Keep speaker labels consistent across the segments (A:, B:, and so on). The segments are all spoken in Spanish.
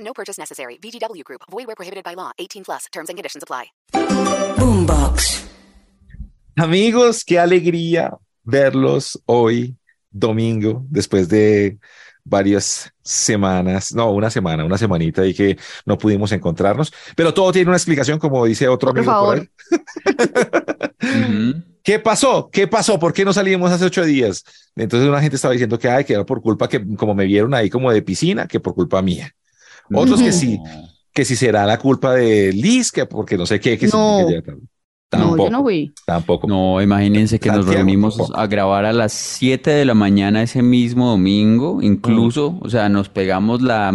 A: No purchase necessary. VGW Group. Void where prohibited by law. 18 plus. Terms and conditions apply.
B: Boombox.
C: Amigos, qué alegría verlos hoy, domingo, después de varias semanas, no, una semana, una semanita y que no pudimos encontrarnos, pero todo tiene una explicación, como dice otro
D: Por
C: amigo.
D: favor.
C: ahí. ¿Qué pasó? ¿Qué pasó? ¿Por qué no salimos hace ocho días? Entonces una gente estaba diciendo que, ay, que era por culpa que, como me vieron ahí como de piscina, que por culpa mía. Otros que sí, que si será la culpa de Liz, que porque no sé qué, que sí,
D: No.
C: que ya tal.
D: No,
C: tampoco,
D: yo no fui.
C: tampoco.
E: No, imagínense que nos
C: Santiago,
E: reunimos
C: tampoco.
E: a grabar a las 7 de la mañana ese mismo domingo, incluso, o sea, nos pegamos la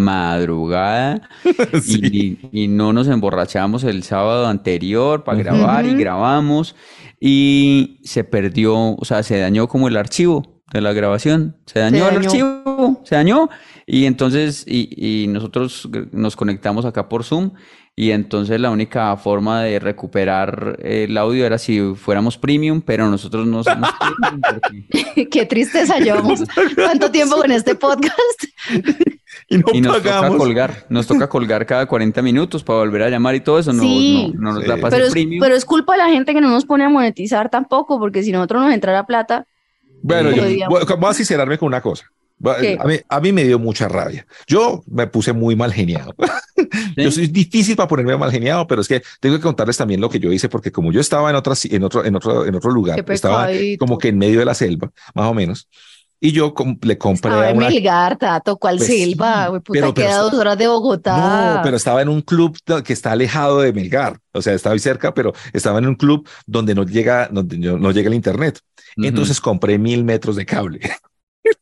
E: madrugada y, y no nos emborrachamos el sábado anterior para grabar y
D: Ujú.
E: grabamos y se perdió, o sea, se dañó como el archivo de la grabación, se dañó el
D: dañó.
E: archivo, se dañó y entonces y, y nosotros gr- nos conectamos acá por Zoom. Y entonces la única forma de recuperar el audio era si fuéramos premium, pero nosotros no somos premium porque-
D: Qué tristeza llevamos tanto tiempo con este podcast.
C: Y no
E: y nos toca
C: pagamos.
E: colgar, nos toca colgar cada 40 minutos para volver a llamar y todo eso, no,
D: Sí.
E: no, no nos da
C: Sí.
E: para ser
D: Pero es,
E: premium.
D: pero es culpa de la gente que no nos pone a monetizar tampoco, porque si nosotros nos entrara plata,
C: Bueno, yo
D: Podríamos.
C: voy, voy a sincerarme con una cosa. Va-
D: ¿Qué?
C: A mí, a mí me dio mucha rabia. Yo me puse muy mal geniado. Yo soy difícil para ponerme mal geniado, pero es que tengo que contarles también lo que yo hice, porque como yo estaba en, otra, ci- en, otro, en, otro, en otro lugar,
D: Qué
C: estaba
D: pecadito.
C: como que en medio de la selva, más o menos, y yo com- le compré
D: a
C: a
D: ver,
C: una...
D: Melgar, Tato, cual
C: Pues sí,
D: Silva, güey, puta,
C: pero- pero
D: queda
C: está-
D: dos horas de Bogotá.
C: No, pero estaba en un club t- que está alejado de Melgar, o sea, estaba ahí cerca, pero estaba en un club donde no llega, donde no, no llega el internet.
E: Ujú.
C: Entonces compré mil metros de cable.
D: ¿Qué?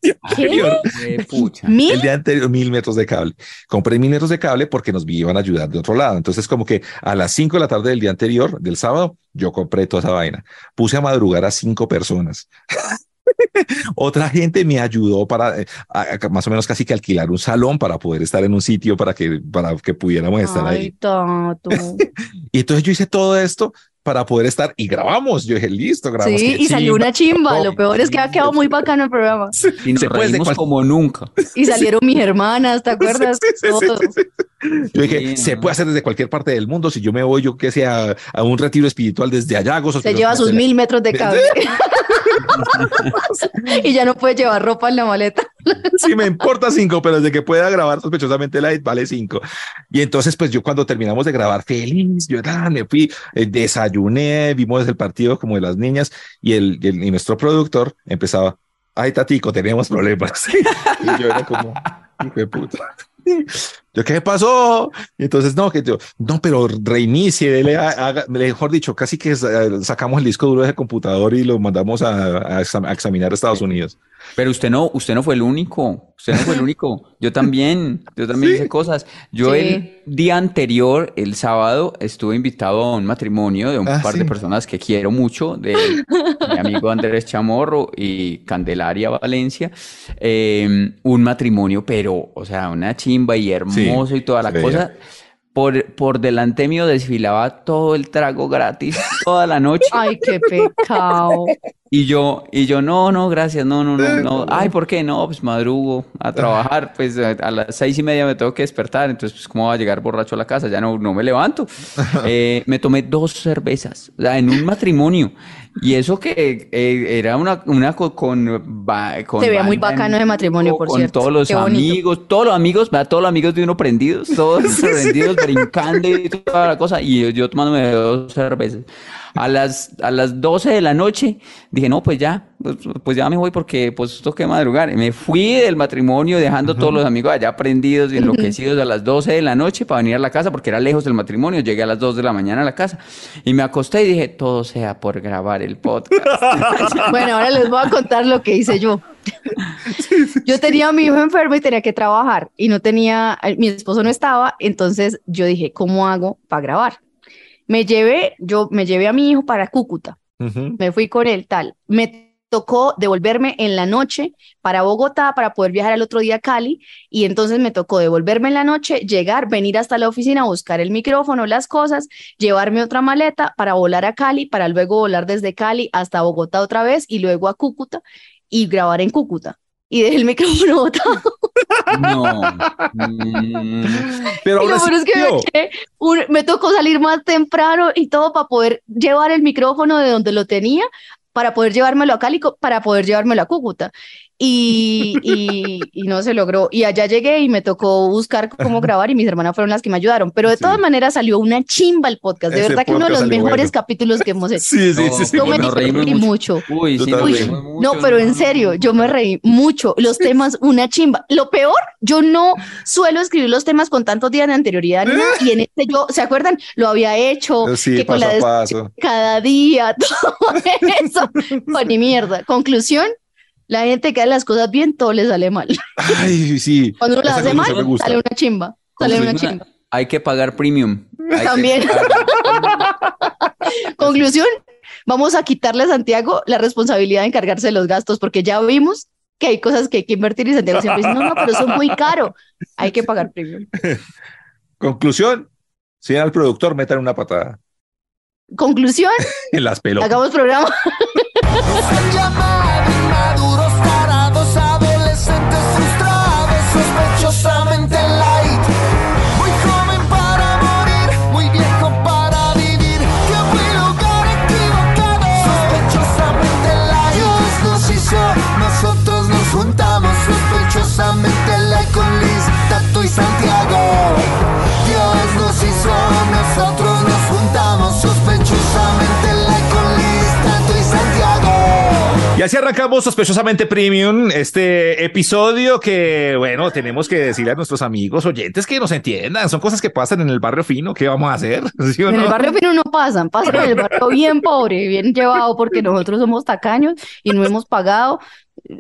E: Fue Eh, pucha.
D: ¿Mil?
C: El día anterior, mil metros de cable. Compré mil metros de cable porque nos iban a ayudar de otro lado. Entonces, como que a las cinco de la tarde del día anterior, del sábado, yo compré toda esa vaina. Puse a madrugar a cinco personas. Otra gente me ayudó para eh, a- a- más o menos casi que alquilar un salón para poder estar en un sitio para que, para que pudiéramos estar
D: Ay,
C: ahí.
D: Tato.
C: Y entonces yo hice todo esto para poder estar y grabamos. Yo dije, listo, grabamos.
D: Sí,
C: qué
D: y salió
C: chimba.
D: una chimba. Lo
C: No,
D: peor es que ha quedado muy bacano el programa.
E: Y nos
C: Se puede, de
E: reímos
C: cual-
E: como nunca.
D: Y salieron mis hermanas, ¿te acuerdas?
C: Sí, sí, sí, sí,
D: Todos.
C: sí, sí. Yo dije,
E: Sí,
C: se
E: ¿no?
C: puede hacer desde cualquier parte del mundo. Si yo me voy, yo que sea a un retiro espiritual desde allá, gozo
D: Se lleva sus mil metros de
C: Sí.
D: cable. y ya no puede llevar ropa en la maleta.
C: Si me importa cinco, pero desde que pueda grabar sospechosamente light, vale cinco. Y entonces, pues yo cuando terminamos de grabar, feliz, yo ah, me fui, eh, desayuné, vimos el partido como de las niñas y, el, y el- y nuestro productor empezaba, ay, Tatico, tenemos problemas. y yo era como, hijo de puta. Yo, ¿qué pasó? Y entonces, no, que yo, no, pero reinicie, dele a- haga- mejor dicho, casi que sa- sacamos el disco duro del computador y lo mandamos a, a exam- a examinar a Estados Unidos.
E: Pero usted no, usted no fue el único, usted no fue el único. Yo también, yo también hice cosas. Yo
D: Sí.
E: el día anterior, el sábado, estuve invitado a un matrimonio de un
C: Ah,
E: par de
C: sí.
E: personas que quiero mucho, de mi amigo Andrés Chamorro y Candelaria Valencia. Eh, un matrimonio, pero, o sea, una chimba y hermoso y toda la
C: se veía.
E: cosa. Por, por delante mío desfilaba todo el trago gratis toda la noche.
D: Ay, qué pecado.
E: Y yo, y yo, no, no, gracias, no, no, no, no. Ay, ¿por qué? No, pues madrugo a trabajar, pues a, a las seis y media me tengo que despertar, entonces, pues, ¿cómo va a llegar borracho a la casa? Ya no, no me levanto. Eh, me tomé dos cervezas, o sea, en un matrimonio. Y eso que eh, era una, una co- con, va- con
D: Se veía muy
E: vaina en-
D: bacano de matrimonio, por
E: con
D: cierto.
E: todos los
D: Qué bonito.
E: amigos, todos los amigos, ¿verdad? todos los amigos de uno prendidos, todos prendidos, brincando y toda la cosa. Y yo, yo tomándome dos cervezas. A las, a las 12 de la noche dije, no, pues ya, pues, pues ya me voy porque pues toqué madrugar. Y me fui del matrimonio dejando todos los amigos allá prendidos, y enloquecidos a las 12 de la noche para venir a la casa porque era lejos del matrimonio. Llegué a las 2 de la mañana a la casa y me acosté y dije, todo sea por grabar el podcast.
D: Bueno, ahora les voy a contar lo que hice yo. Yo tenía a mi hijo enfermo y tenía que trabajar y no tenía, eh, mi esposo no estaba, entonces yo dije, ¿cómo hago para grabar? Me llevé, yo me llevé a mi hijo para Cúcuta,
C: Ujú.
D: me fui con él, tal. Me tocó devolverme en la noche para Bogotá para poder viajar al otro día a Cali y entonces me tocó devolverme en la noche, llegar, venir hasta la oficina, buscar el micrófono, las cosas, llevarme otra maleta para volar a Cali, para luego volar desde Cali hasta Bogotá otra vez y luego a Cúcuta y grabar en Cúcuta. Y dejé el micrófono botado.
E: No. Mm.
C: Pero
D: Y
C: ahora
D: lo
C: sí,
D: peor es que me,
C: tío.
D: quedé un- me tocó salir más temprano y todo para poder llevar el micrófono de donde lo tenía, para poder llevármelo a Cálico, para poder llevármelo a Cúcuta. Y, y- y no se logró. Y allá llegué y me tocó buscar cómo grabar y mis hermanas fueron las que me ayudaron. Pero de
C: Sí.
D: todas maneras salió una chimba el podcast. De
C: Ese
D: verdad que uno de
C: podcast
D: los
C: salió
D: mejores
C: bueno.
D: capítulos que hemos hecho.
C: Sí, sí,
E: No,
C: sí, sí.
D: Yo
E: pues
D: me
C: bueno,
E: nos reímos
D: divertí mucho.
E: Uy, sí, nos
C: Uy,
E: reímos mucho,
D: No, pero en serio, yo me reí mucho. Los temas, una chimba. Lo peor, yo no suelo escribir los temas con tantos días de anterioridad ni nada, y en este yo, ¿se acuerdan? Lo había hecho,
C: Sí,
D: que con
C: paso
D: la
C: a
D: des-
C: paso.
D: cada día, todo eso. Pues ni mierda. Conclusión, la gente que hace las cosas bien, todo le sale mal.
C: Ay, sí.
D: Cuando uno las
C: Esa
D: hace mal,
C: conclusión me gusta.
D: sale una chimba. Sale una
E: Conclusión,
D: chimba.
E: Hay que pagar premium. Hay que
D: También.
E: pagar-
D: Conclusión, vamos a quitarle a Santiago la responsabilidad de encargarse de los gastos, porque ya vimos que hay cosas que hay que invertir y Santiago siempre dice, no, no, pero son muy caro, hay que pagar premium.
C: Conclusión, si al productor, metan una patada
D: Conclusión,
C: en las pelotas.
D: hagamos programa.
F: Sospechosamente light, muy joven para morir, muy viejo para vivir. Yo fui lugar equivocado. Sospechosamente light, Dios nos hizo, nosotros nos juntamos. Sospechosamente light con Liz, Tato y Santiago. Dios nos hizo, nosotros nos juntamos. Sospechosamente light con Liz, Tato y Santiago.
C: Y así arrancamos sospechosamente premium este episodio que, bueno, tenemos que decirle a nuestros amigos oyentes que nos entiendan. Son cosas que pasan en el barrio fino. ¿Qué vamos a hacer? ¿Sí o
D: En el
C: no?
D: barrio fino no pasan, pasan en el barrio bien pobre, bien llevado, porque nosotros somos tacaños y no hemos pagado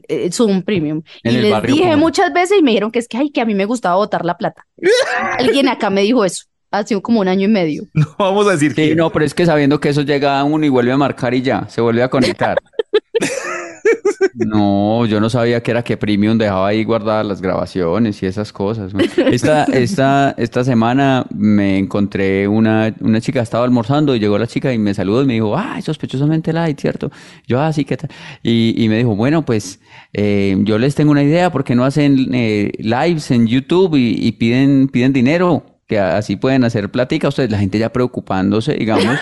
D: eh, Zoom Premium.
E: En
D: y
E: el
D: les
E: barrio
D: dije
E: pobre.
D: muchas veces y me dijeron que es que, ay, que a mí me gustaba botar la plata. Alguien acá me dijo eso, hace como un año y medio.
C: No vamos a decir
E: Sí,
C: que
E: no, pero es que sabiendo que eso llega a uno y vuelve a marcar y ya, se vuelve a conectar. No, yo no sabía que era que Premium dejaba ahí guardadas las grabaciones y esas cosas. man. Esta, esta, esta semana me encontré una, una chica, estaba almorzando y llegó la chica y me saludó y me dijo, ah, sospechosamente light, ¿cierto? Yo, ah, sí, ¿qué tal? Y, y me dijo, bueno, pues eh, yo les tengo una idea, ¿por qué no hacen eh, lives en YouTube y, y piden, piden dinero? Que así pueden hacer plática ustedes, la gente ya preocupándose, digamos.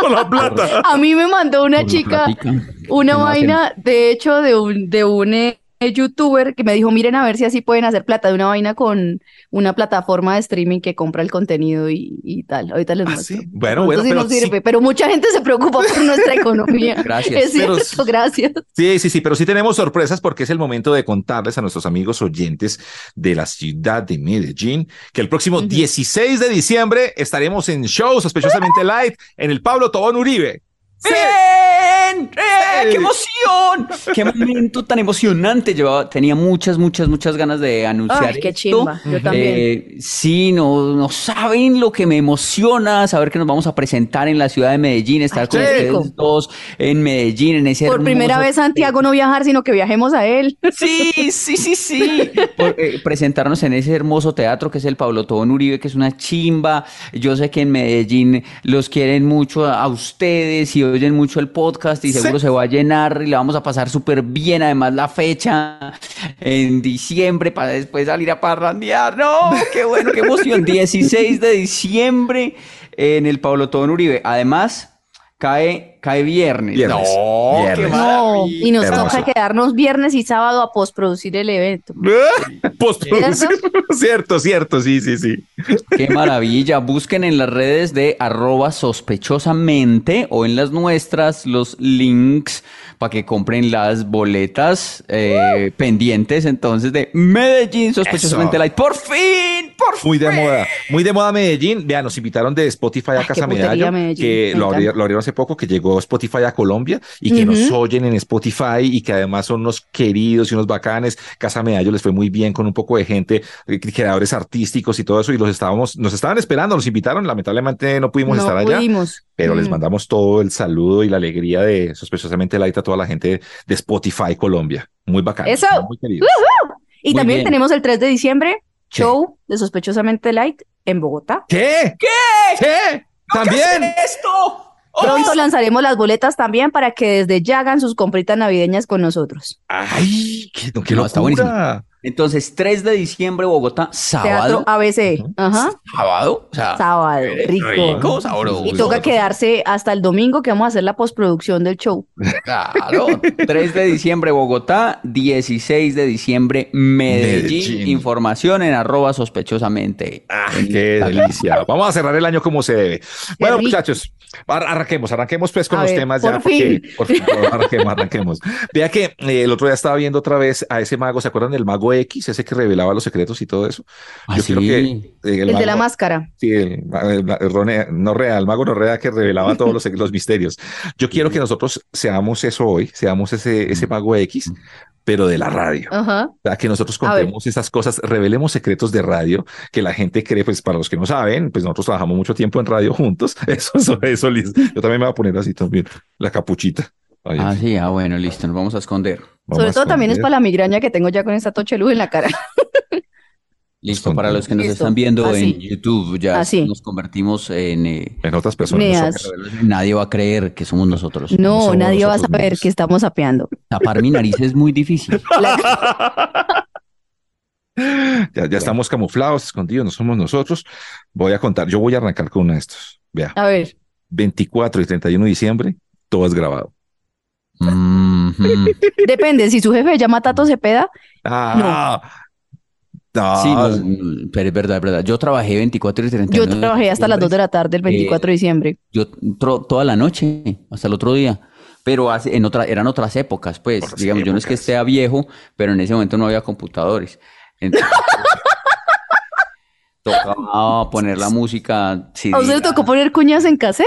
C: con la plata.
D: A mí me mandó una
E: por la
D: chica
E: plática.
D: una
E: No hacen-
D: vaina, de hecho, de un, de un eh, youtuber que me dijo, miren a ver si así pueden hacer plata, de una vaina con una plataforma de streaming que compra el contenido y, y tal. Ahorita les
C: Ah,
D: muestro.
C: sí. Bueno, bueno,
D: Entonces, sí
C: pero
D: nos
C: sí.
D: sirve, pero mucha gente se preocupa por nuestra economía.
E: Gracias.
D: Es cierto,
C: Pero-
D: gracias.
C: Sí, sí, sí, pero sí tenemos sorpresas porque es el momento de contarles a nuestros amigos oyentes de la ciudad de Medellín que el próximo
D: Ujú.
C: 16 de diciembre estaremos en show sospechosamente light en el Pablo Tobón Uribe. ¡Sí!
E: ¡Bien! ¡Eh,
C: Sí.
E: ¡Qué emoción! ¡Qué momento tan emocionante! Llevaba, tenía muchas, muchas, muchas ganas de anunciar
D: Ay, qué
E: esto.
D: chimba. Yo también.
E: Eh, sí, no, no saben lo que me emociona saber que nos vamos a presentar en la ciudad de Medellín, estar
D: Ay,
E: con
C: qué
D: rico.
E: ustedes dos en Medellín, en ese
D: por primera
E: hermoso
D: vez, Santiago, no viajar, sino que viajemos a él.
E: Sí, sí, sí, sí. Por, eh, presentarnos en ese hermoso teatro que es el Pablo Tobón Uribe, que es una chimba. Yo sé que en Medellín los quieren mucho a, a ustedes y oyen mucho el podcast y
C: Sí.
E: seguro se va a llenar y la vamos a pasar súper bien. Además, la fecha en diciembre para después salir a parrandear. No, qué bueno, qué emoción. 16 de diciembre en el Pablo Tobón Uribe. Además, cae, cae viernes.
C: Viernes.
E: No, qué
C: Viernes.
D: No, y nos
C: Hermoso.
D: toca quedarnos viernes y sábado a postproducir el evento.
C: Postproducir. Cierto, cierto, sí, sí, sí.
E: Qué maravilla. Busquen en las redes de arroba sospechosamente o en las nuestras los links para que compren las boletas eh, pendientes entonces de Medellín sospechosamente
C: Eso.
E: light. Por fin,
D: Por
C: Muy de
D: favor.
C: moda, muy de moda Medellín. Vean, nos invitaron de Spotify a
D: Ay, qué
C: Casa
D: putería,
C: Medallo,
D: Medellín,
C: que
D: me
C: lo abri-
D: encanta.
C: lo abrieron hace poco, que llegó Spotify a Colombia y que nos
D: Ujú.
C: oyen en Spotify y que además son unos queridos y unos bacanes. Casa Medallo les fue muy bien con un poco de gente, eh, creadores artísticos y todo eso, y los estábamos, nos estaban esperando, nos invitaron, lamentablemente no pudimos
D: No
C: estar allá.
D: pudimos.
C: Pero les
D: Mm.
C: mandamos todo el saludo y la alegría de sospechosamente Light a toda la gente de Spotify Colombia. Muy bacán.
D: Eso. Uh.
C: Muy queridos.
D: Y
E: Muy
D: también
E: bien.
D: tenemos el 3 de diciembre, show de Sospechosamente Light en Bogotá.
C: ¿Qué? ¿Qué? ¿Qué? ¿También?
E: ¡Esto!
C: ¡Oh!
D: Pronto lanzaremos las boletas también para que desde ya hagan sus compritas navideñas con nosotros.
C: ¡Ay! ¡Qué, qué
E: No, está
C: locura!
E: Entonces, 3 de diciembre, Bogotá, sábado.
D: Teatro ABC. E. Ajá.
E: Sábado, o sea,
D: Sábado.
E: eh,
D: Rico.
E: rico, sabroso.
D: Y toca quedarse hasta el domingo que vamos a hacer la postproducción del show.
E: Claro, 3 de diciembre Bogotá, 16 de diciembre Medellín.
C: Medellín.
E: Información en arroba sospechosamente.
C: Ah, ¡Qué delicia! Vamos a cerrar el año como se debe. Bueno,
D: rico.
C: muchachos, ar- arranquemos, arranquemos pues con
D: A
C: los
D: ver,
C: temas
D: por
C: ya.
D: fin.
C: porque- por fin, por- arranquemos, arranquemos. Vea que eh, el otro día estaba viendo otra vez a ese mago, ¿se acuerdan del mago X? Ese que revelaba los secretos y todo eso.
E: Ah,
C: Yo creo
E: sí.
C: que eh,
D: El, de la
C: mago-
D: máscara.
C: Sí, el, el- el Ronea- no real, el mago no real que revelaba todos los, los misterios. Yo quiero que nosotros seamos eso hoy, seamos ese, ese mago X, pero de la radio.
D: Ajá.
C: O sea, que nosotros
D: A ver.
C: contemos esas cosas, revelemos secretos de radio que la gente cree, pues para los que no saben, pues nosotros trabajamos mucho tiempo en radio juntos. Eso, eso, eso, Liz. Yo también me voy a poner así también, la capuchita. Ay,
E: Ah,
C: vamos
E: sí, ah, bueno, listo, nos vamos a esconder.
C: a
D: Sobre todo también es
C: esconder.
D: para la migraña que tengo ya con esta tocha de luz en la cara.
E: Listo, para
C: Esconder.
E: los que nos
D: Listo,
E: están viendo
D: así.
E: en YouTube, ya
D: Así.
E: nos convertimos en... eh,
C: En otras personas.
D: Mira.
C: no
D: Yes.
E: Nadie va a creer que somos nosotros.
D: No,
C: somos
D: nadie va a
C: nosotros
D: saber
C: mismos.
D: que estamos apeando.
E: Tapar mi nariz es muy difícil.
C: son- Ya, ya estamos camuflados, escondidos, no somos nosotros. Voy a contar, yo voy a arrancar con uno de estos. Vea.
D: A ver,
C: 24 y 31 de diciembre, todo es grabado.
E: Mhm.
D: depende. Si su jefe llama Tato Cepeda,
C: Ah, no.
E: Sí, no, no, pero es verdad, es verdad. Yo trabajé 24 y 31.
D: yo trabajé hasta las 2 de la tarde
C: Eh,
D: el 24 de diciembre.
E: Yo tro- toda la noche, hasta el otro día. Pero hace- en otra, eran otras épocas, pues.
C: Otras
E: digamos, yo no es que
C: épocas.
E: esté viejo, pero en ese momento no había computadores. Entonces, tocaba poner la música CD,
D: ¿A usted le tocó poner cuñas en cassette?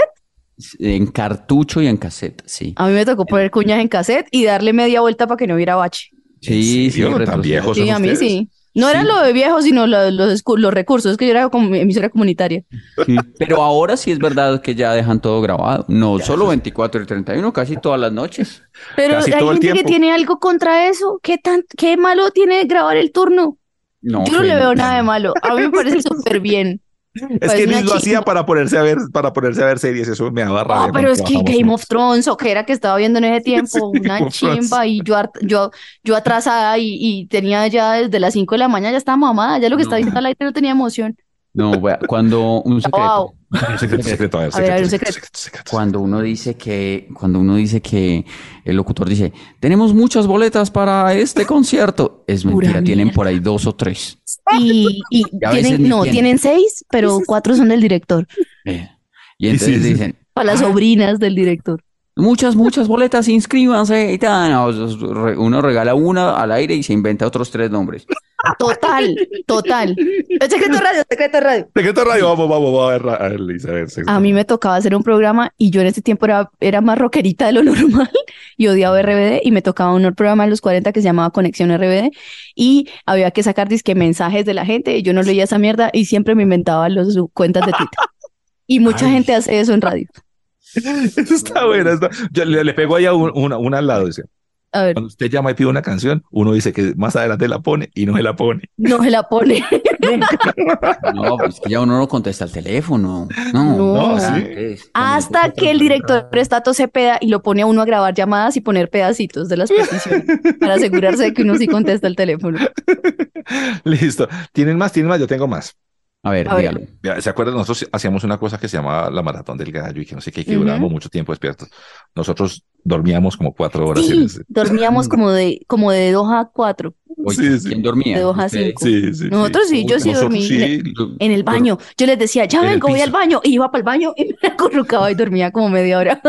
E: en cartucho y en cassette, sí.
D: A mí me
C: Eh.
D: tocó poner cuñas en cassette y darle media vuelta para que no hubiera bache.
E: Sí,
C: ¿En serio? ¿Tan
E: retroceder.
C: viejos?
D: Sí,
C: son
D: a mí
C: ustedes?
D: sí. No era lo de viejo, sino lo- los, escu- los recursos. Es que yo era como emisora comunitaria.
E: Sí, Pero ahora sí es verdad que ya dejan todo grabado. No solo 24 y 31, casi todas las noches.
D: Pero
C: Casi
D: hay
C: todo el
D: gente que
C: tiempo.
D: tiene algo contra eso. ¿Qué, tan, ¿Qué malo tiene grabar el turno?
E: No,
D: Yo no
E: que-
D: le veo nada de malo. A mí me parece súper bien.
C: Es
D: Pues
C: que
D: una
C: Liz lo
D: chi-
C: hacía para ponerse a ver, para ponerse a ver series, eso me daba rabia.
D: Ah, pero es que Game
C: Game
D: of Thrones, o que era que estaba viendo en ese tiempo,
C: Sí, Game
D: una
C: of Thrones.
D: chimba, y yo, hart- yo, yo atrasada y, y tenía ya desde las 5 de la mañana, ya estaba mamada, ya lo que estaba diciendo al aire no tenía emoción.
E: No, vea, cuando un secreto,
D: Wow.
C: secreto, secreto, a ver,
D: A ver, a
C: secreto,
D: ver, un
C: secreto, secreto, secreto.
E: cuando uno dice que, cuando uno dice que el locutor dice, tenemos muchas boletas para este concierto, es
D: Pura
E: mentira, tienen
D: mierda.
E: por ahí dos o tres.
D: Y, y
E: a veces
D: tienen,
E: ni
D: no,
E: tienen.
D: tienen seis, pero cuatro son del director,
E: Eh, Y entonces
C: sí, sí.
E: dicen,
D: para las sobrinas del director.
E: muchas, muchas boletas, inscríbanse y tal. No, re- uno regala una al aire y se inventa otros tres nombres.
D: Total, total. El secreto radio, el secreto radio.
C: Secreto de radio, vamos, vamos, vamos a ver, a ver, Liz, a ver, secreto.
D: A mí me tocaba hacer un programa y yo en ese tiempo era, era más rockerita de lo normal y odiaba RBD y me tocaba un programa de los 40 que se llamaba Conexión RBD y había que sacar disque mensajes de la gente y yo no leía esa mierda y siempre me inventaba los cuentas de Twitter. Y mucha gente hace eso en radio.
C: Eso está bueno. está- Yo le, le pego ahí a un- una, una al lado. dice,
D: A ver,
C: Cuando usted llama y pide una canción, uno dice que más adelante la pone y no se la pone.
D: no se la pone.
E: No, pues que ya uno no contesta el teléfono. No,
D: No.
C: No, sí.
E: antes, cuando
D: Hasta
E: empieza
D: que el
E: a-
D: director es Tato Cepeda y lo pone a uno a grabar llamadas y poner pedacitos de las peticiones para asegurarse de que uno sí contesta el teléfono.
C: Listo. ¿Tienen más? ¿Tienen más? Yo tengo más.
E: A ver,
D: A ver.
E: dígalo.
C: Vea, ¿Se acuerdan? Nosotros hacíamos una cosa que se llamaba la maratón del gallo y que no sé qué, que
D: Ujú.
C: durábamos mucho tiempo despiertos. Nosotros dormíamos como cuatro horas. en
D: Sí,
C: ese-
E: Mm.
D: dormíamos como de, como de 2 a 4,
E: Oye,
C: Sí, sí.
E: ¿quién dormía?
D: de 2 a
E: Ustedes.
D: 5.
C: Sí, sí,
D: Nosotros sí, yo sí
C: Nosotros
D: dormí
C: sí,
D: En el baño. Yo les decía, ya
C: En el
D: vengo, voy
C: piso.
D: al baño. Y iba para el baño y me acurrucaba y dormía como media hora.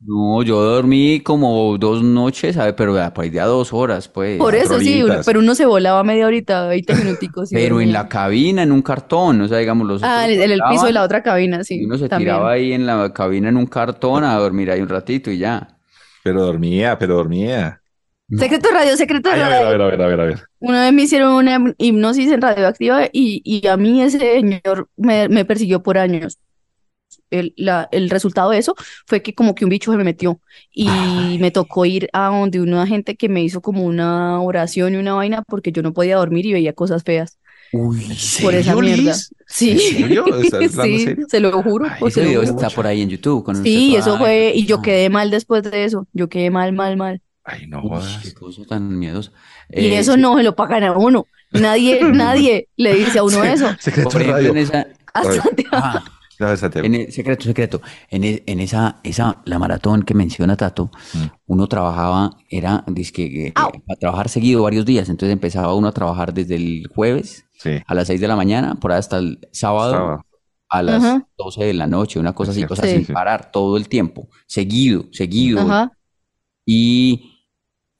E: No, yo dormí como dos noches, a ver, pero ah, por ahí de a dos horas, pues.
D: Por eso sí,
C: rolitas.
D: pero uno se volaba media horita, 20 minuticos. y
E: Pero en
D: dormía.
E: la cabina, en un cartón, o sea, digamos, los
D: Ah,
E: otros
D: en el
E: hablaban
D: piso de la otra cabina,
E: y
D: sí.
E: uno se
D: también.
E: tiraba ahí en la cabina en un cartón a dormir ahí un ratito y ya.
C: Pero dormía, pero dormía.
D: Secreto Radio, secreto
C: Ay, a ver, a
D: Radio.
C: ver, a ver, a ver, a ver.
D: Una vez me hicieron una hipnosis en radioactiva y, y a mí ese señor me, me persiguió por años. El, la- el resultado de eso fue que como que un bicho se me metió y me tocó ir a donde una gente que me hizo como una oración y una vaina porque yo no podía dormir y veía cosas feas
E: Uy,
D: por esa
C: serio,
D: mierda.
C: Liz?
D: Sí,
C: ¿En serio? ¿Estás hablando en
D: sí,
C: serio?
D: se lo juro,
E: Ay,
D: pues,
E: ese
D: se lo
E: video
D: juro.
E: está por ahí en YouTube con
D: Sí,
E: usted
D: eso
E: toda-
D: fue, y yo
E: Ah,
D: quedé mal después de eso, yo quedé mal, mal, mal.
C: Ay, no
E: uy,
C: jodas.
E: qué cosa tan miedosa.
D: Y
E: Eh,
D: eso no se lo pagan a uno. Nadie, nadie le dice a uno eso.
C: Secreto
E: por ejemplo,
C: radio.
E: en esa.
D: Hasta
C: Ay.
D: te-
E: ah,
C: A ver, Santiago.
E: En el- secreto, secreto. En, e- en esa, esa, la maratón que menciona Tato, uno trabajaba, era, dizque, eh,
D: Au.
E: eh, para trabajar seguido varios días. Entonces empezaba uno a trabajar desde el jueves
C: Sí.
E: a las 6 de la mañana, por ahí hasta el sábado
C: Sábado.
E: a las
D: Ajá.
E: 12 de la noche, una cosa
C: Es
E: así,
C: cierto,
E: o sea,
D: sí.
E: sin parar todo el tiempo, seguido, seguido.
D: Ajá.
E: Y,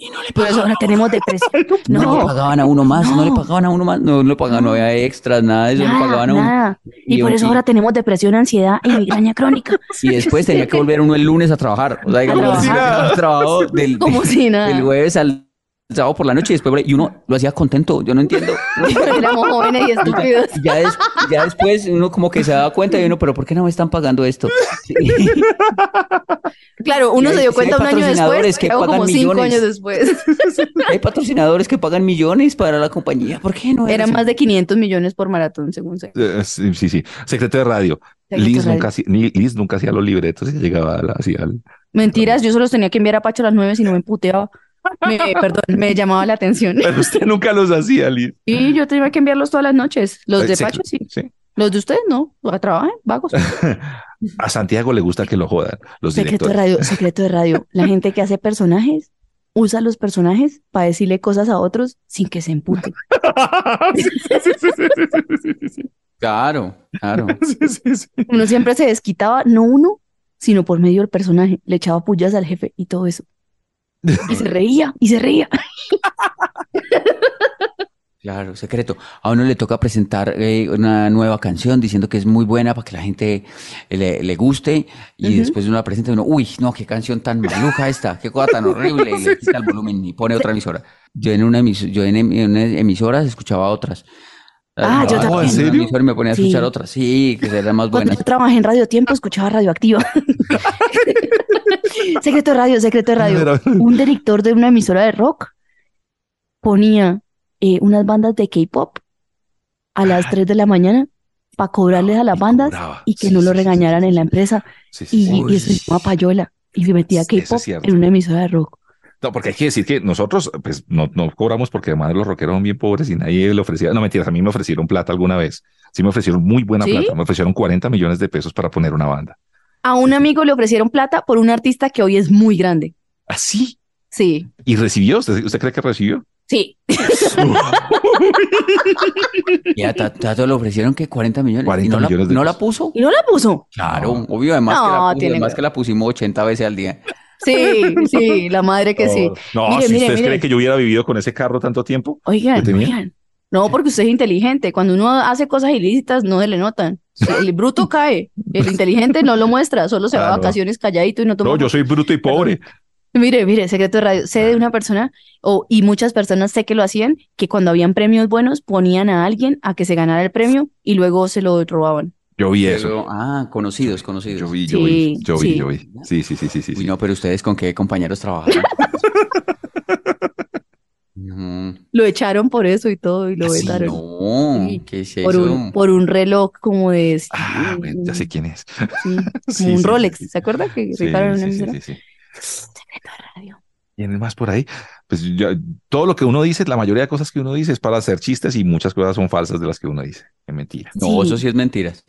E: y no le
D: Por eso ahora tenemos depresión.
E: No, le
D: No,
E: pagaban a uno más, no, le
D: No.
E: pagaban a uno más, no, no le pagaban, no había extras, nada de eso, no le
D: nada,
E: pagaban a uno.
D: nada. Y por
E: un-
D: eso ahora tenemos depresión, ansiedad y migraña crónica.
E: Y después tenía que volver uno el lunes a trabajar. O sea, digamos,
D: Como si
E: uno
C: nada.
E: trabajó del,
D: Como si nada.
E: del jueves al sábado por la noche y después, y uno lo hacía contento. Yo no entiendo.
D: Éramos jóvenes y estúpidos.
E: Ya, des- ya después uno como que se daba cuenta y uno, pero ¿por qué no me están pagando esto? Sí.
D: Claro, uno
E: Sí,
D: se dio
E: sí,
D: cuenta
E: hay
D: un año
E: patrocinadores
D: después,
E: que
D: o como
E: pagan
D: cinco
E: millones.
D: años después.
E: Hay patrocinadores que pagan millones para la compañía. ¿Por qué no?
D: Era
E: eres-
D: más de 500 millones por maratón, según sé.
C: Eh, Sí, sí, sí. Secreto de radio.
D: Secreto
C: Liz
D: de
C: nunca, hacía- ni- Liz nunca hacía los libretos y llegaba a la- así al-
D: Mentiras, yo solo los tenía que enviar a Pacho a las nueve si no me puteaba. Me, perdón, me llamaba la atención.
C: Pero usted nunca los hacía, Liz.
D: Y yo tenía que enviarlos todas las noches. Los
C: Eh,
D: de
C: sec-
D: Pacho sí. Los de ustedes no. Trabajan, vagos.
C: A Santiago le gusta que lo jodan los
D: Secreto de
C: directores.
D: radio, secreto de radio. La gente que hace personajes usa los personajes para decirle cosas a otros sin que se emputen.
E: Claro, claro.
D: Uno siempre se desquitaba, no uno, sino por medio del personaje. Le echaba pullas al jefe y todo eso. Y se reía, y se reía.
E: Claro, secreto. A uno le toca presentar eh, una nueva canción diciendo que es muy buena para que la gente eh, le, le guste y
D: Ujú.
E: después uno la presenta y uno, uy, no, qué canción tan maluca esta, qué cosa tan horrible, y le quita el volumen y pone otra emisora. Yo en una, emis- yo en em- en una emisora escuchaba otras.
D: Ah, yo
E: Trabajaba en
D: también.
C: ¿En
E: una
C: serio?
E: emisora y me ponía a escuchar
D: Sí.
E: otras, sí, que eran más
D: Cuando
E: buenas.
D: yo trabajé en Radio Tiempo, escuchaba Radioactiva. secreto de radio, secreto de radio. un director de una emisora de rock ponía eh, unas bandas de K-pop a las 3 de la mañana para cobrarles a las bandas
C: cobraba.
D: y que
C: Sí,
D: no
C: sí,
D: lo
C: sí,
D: regañaran
C: sí,
D: en la
C: sí.
D: empresa.
C: Sí, sí, sí.
D: Y, y eso se llama payola. Y se metía
C: Eso es
D: K-pop
C: cierto.
D: en una emisora de rock.
C: No, porque hay que decir que nosotros, pues, no, no cobramos porque además los rockeros son bien pobres y nadie le ofrecía. No, mentiras, a mí me ofrecieron plata alguna vez. Sí, me ofrecieron muy buena
D: ¿Sí?
C: plata. Me ofrecieron 40 millones de pesos para poner una banda.
D: A un amigo le ofrecieron plata por un artista que hoy es muy grande.
C: ¿Así?
D: Sí,
C: ¿Y recibió? ¿Usted, usted cree que recibió?
D: sí.
E: Y a Ta- Tato le ofrecieron que 40 millones y
C: 40
E: no,
C: millones
E: la,
C: de
E: no la
C: pesos.
E: puso.
D: Y no la puso.
E: Claro, obvio, además, que la
D: No,
E: puso,
D: tiene
E: además
D: que-
E: que la pusimos 80 veces al día.
D: Sí, sí, la madre que sí.
C: No,
D: Mire,
C: si
D: mire,
C: ustedes
D: mire.
C: creen que yo hubiera vivido con ese carro tanto tiempo.
D: Oigan,
C: ¿Lo tenía?
D: oigan. No, porque usted es inteligente. Cuando uno hace cosas ilícitas, no se le notan. El bruto cae. El inteligente no lo muestra. Solo se va a
C: Claro.
D: vacaciones calladito y no toma.
C: Ah, No, yo soy bruto y pobre.
D: Mire, mire, secreto de radio. Sé de una persona, o, y muchas personas sé que lo hacían, que cuando habían premios buenos, ponían a alguien a que se ganara el premio y luego se lo robaban.
C: Yo vi eso.
E: Pero, ah, conocidos, conocidos.
C: Yo vi, yo
D: Sí,
C: vi, yo vi,
D: sí.
C: yo vi. Sí, sí, sí, sí, sí.
E: Uy,
C: sí.
E: no, pero ustedes con qué compañeros trabajaban. no,
D: Lo echaron por eso y todo, y lo
C: Así
D: vetaron.
E: no,
D: Sí,
E: ¿qué es
D: Por
E: eso?
D: un, por un reloj como de.
C: Ah, güey, ya sé quién es.
D: sí, como
C: Sí,
D: un
C: sí,
D: Rolex.
C: sí, sí.
D: ¿Se acuerda que
C: Sí,
D: rifaron una
C: sí, sí,
D: emisora?
C: sí, sí.
D: Secreto de radio.
C: ¿Quién más por ahí? Pues yo- todo lo que uno dice, la mayoría de cosas que uno dice es para hacer chistes y muchas cosas son falsas de las que uno dice. Es mentira.
E: No, eso sí es mentiras.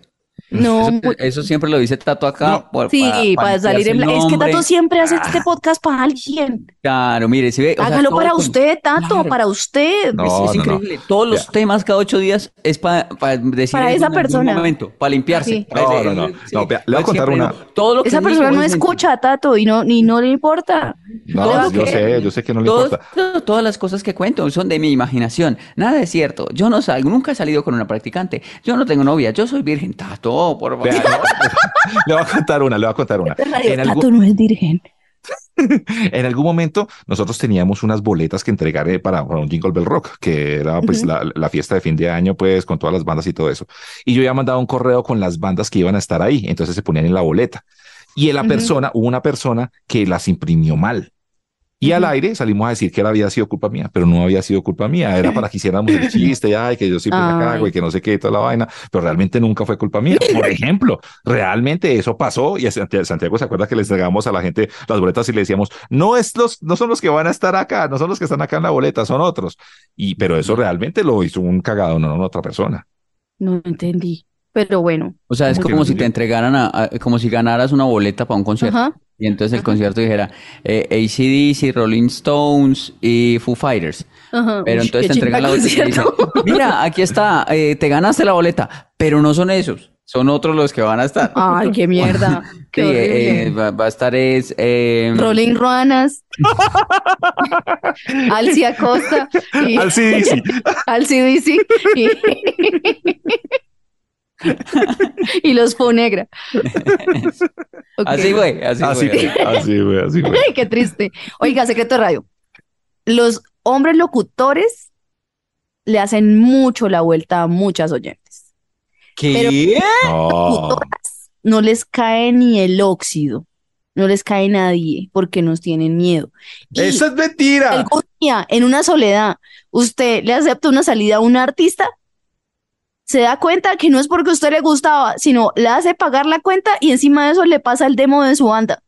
D: No,
E: Eso,
D: muy-
E: eso siempre lo dice Tato acá.
D: No,
E: por-
D: sí, para
E: limpiarse
D: salir en
E: el
D: bla- Es que
E: nombre.
D: Tato siempre hace
C: Ah.
D: este podcast para alguien.
E: Claro, mire, si ve, o sea,
D: Hágalo
E: todo
D: para
E: con-
D: usted, Tato,
E: Claro.
D: para usted.
C: No,
E: es, es
C: no, no.
E: increíble. Todos los
C: Ya.
E: temas cada ocho días es para decir
D: Para
E: eso
D: esa
E: en algún
D: persona.
E: momento, para limpiarse.
D: Sí.
E: Para
C: No,
E: ese-
C: no, no.
E: sí. Pues
C: No, vea, le voy a contar
E: Siempre
C: una.
E: no. Todo lo que
D: Esa
E: digo
D: persona no
E: es mentira.
D: escucha a Tato y no, ni no le importa.
C: No,
D: Todo
C: yo
D: que-
C: sé, yo sé que no le
E: Todos-
C: importa.
E: to- todas las cosas que cuento son de mi imaginación. Nada es cierto. Yo no salgo, nunca he salido con una practicante. Yo no tengo novia, yo soy virgen. Tato, por favor.
C: Vea, le voy a- le voy a contar una, le voy a contar una. En algún-
D: Tato no Este es virgen.
C: En algún momento nosotros teníamos unas boletas que entregar eh, para, para un Jingle Bell Rock, que era pues la, la fiesta de fin de año, pues con todas las bandas y todo eso. Y yo ya mandaba un correo con las bandas que iban a estar ahí, entonces se ponían en la boleta. Y la
D: Ujú.
C: persona, hubo una persona que las imprimió mal. Y al aire salimos a decir que era- había sido culpa mía, pero no había sido culpa mía. Era para que hiciéramos el chiste, ay, que yo siempre la cago y
D: Ay.
C: que no sé qué, y toda la vaina, pero realmente nunca fue culpa mía. Por ejemplo, realmente eso pasó y a Santiago, Santiago se acuerda que le entregamos a la gente las boletas y le decíamos, no, es los, no son los que van a estar acá, no son los que están acá en la boleta, son otros. Y, pero eso realmente lo hizo un cagado, no, no otra persona.
D: No entendí. Pero bueno.
E: O sea, es
C: ¿Cómo que
E: como
C: no
E: si te
C: entendí?
E: entregaran, a- a- como si ganaras una boleta para un concierto.
D: Ajá.
E: Y entonces el concierto dijera eh, ACDC, Rolling Stones y Foo Fighters.
D: Ajá.
E: Pero
D: Uy,
E: entonces
D: qué
E: te entregan la
D: chimba
E: boleta y te dicen,
D: concierto.
E: mira, aquí está, eh, te ganaste la boleta, pero no son esos, son otros los que van a estar.
D: Ay, qué mierda. Ah, Qué
E: Sí, eh,
D: horrible.
E: eh, va, va a estar es... eh,
D: Rolling Ruanas, Alci Acosta, y,
C: Al CDC.
D: Alci DC y, y los Fonegra. Ok.
E: Así güey, así
C: Así
E: güey.
C: fue, así fue, así fue.
D: Ay, qué triste. Oiga, secreto de radio. Los hombres locutores le hacen mucho la vuelta a muchas oyentes.
E: ¿Qué?
C: No.
D: Locutoras no les cae ni el óxido, no les cae nadie porque nos tienen miedo. Y-
C: Eso es mentira.
D: algún día, en una soledad, usted le acepta una salida a un artista, se da cuenta que no es porque a usted le gustaba, sino le hace pagar la cuenta y encima de eso le pasa el demo de su banda.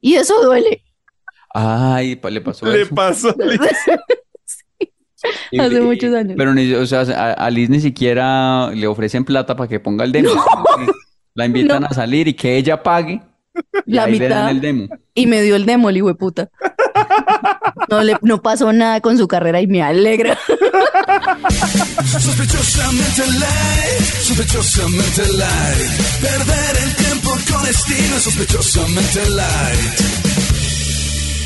D: Y eso duele.
E: Ay, pa- le pasó
C: Le
E: eso.
C: pasó.
E: Y-
D: hace
E: y-
D: muchos años.
E: Pero ni, o sea, a, a Liz ni siquiera le ofrecen plata para que ponga el demo. La invitan
D: No.
E: a salir y que ella pague. y
D: La
E: ahí le dan
D: mitad.
E: el demo.
D: Y me dio el demo, el hijo de puta. No, le, no pasó nada con su carrera y me alegra.
G: Sospechosamente light, sospechosamente light. Perder el tiempo con estilo, sospechosamente light.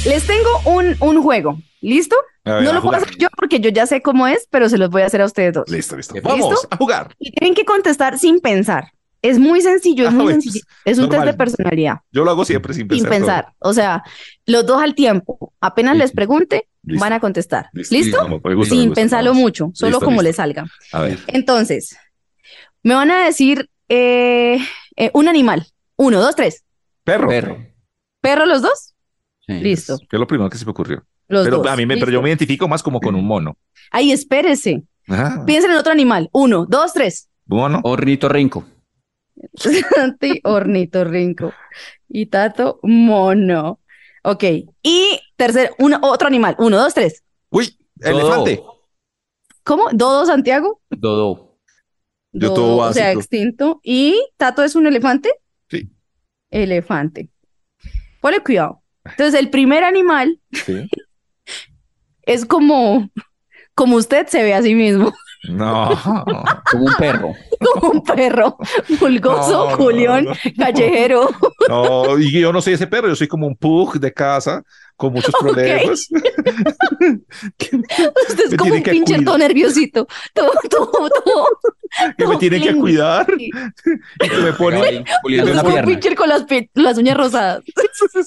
D: Les tengo un, un juego. ¿Listo?
C: A ver,
D: no
C: a
D: lo puedo
C: jugar.
D: hacer yo porque yo ya sé cómo es, pero se los voy a hacer a ustedes dos.
C: Listo, listo.
E: ¿Listo?
C: Vamos a jugar.
D: Y tienen que contestar sin pensar. Es muy sencillo, es
C: Ah,
D: muy
C: bueno,
D: sencillo. Es un
C: normal.
D: test de personalidad,
C: Yo lo hago siempre sin pensar.
D: sin pensar. O sea, los dos al tiempo. Apenas les pregunte,
C: Listo.
D: van a contestar. ¿Listo?
C: Vamos, me gusta, me
D: Sin
C: gusta,
D: pensarlo
C: vamos.
D: mucho, solo
C: Listo,
D: como
C: listo.
D: les salga.
C: A ver,
D: Entonces, me van a decir eh, eh, un animal. Uno, dos, tres.
C: perro.
E: Perro.
D: ¿Perro los dos?
E: Sí.
D: Listo.
C: Que es lo primero que se me ocurrió.
D: Los
C: pero
D: dos.
C: a mí me, pero yo
D: Listo.
C: me identifico más como con un mono.
D: Ay, espérese.
C: Ah,
D: Piensen en otro animal. Uno, dos, tres.
C: mono.
E: Oh, Ornitorrinco.
D: Santi ornitorrinco. Y Tato, mono. Ok. Y tercer, un, otro animal. Uno, dos, tres.
C: Uy,
E: Dodo.
C: elefante.
D: ¿Cómo? Dodo Santiago.
E: Dodo.
C: Yo
D: Dodo,
C: todo
D: O sea,
C: básico.
D: extinto. Y Tato es un elefante.
C: Sí.
D: Elefante. Ponle cuidado. Entonces, el primer animal
C: Sí.
D: es como, como usted se ve a sí mismo.
C: No.
E: Como un perro.
D: Como un perro vulgoso,
C: No, no,
D: culión,
C: no.
D: callejero.
C: No, y yo no soy ese perro, yo soy como un pug de casa con muchos problemas. que
D: Usted es
C: Me
D: como
C: tiene
D: un
C: que
D: pinche
C: cuidar.
D: todo nerviosito. Todo, todo, todo.
C: que me
D: No,
C: tienen que
D: Clint.
C: cuidar
D: Sí.
C: y que me ponen
E: Ahí, culiando una
D: Como un
E: pierna.
D: pinche con las, pi- las uñas rosadas.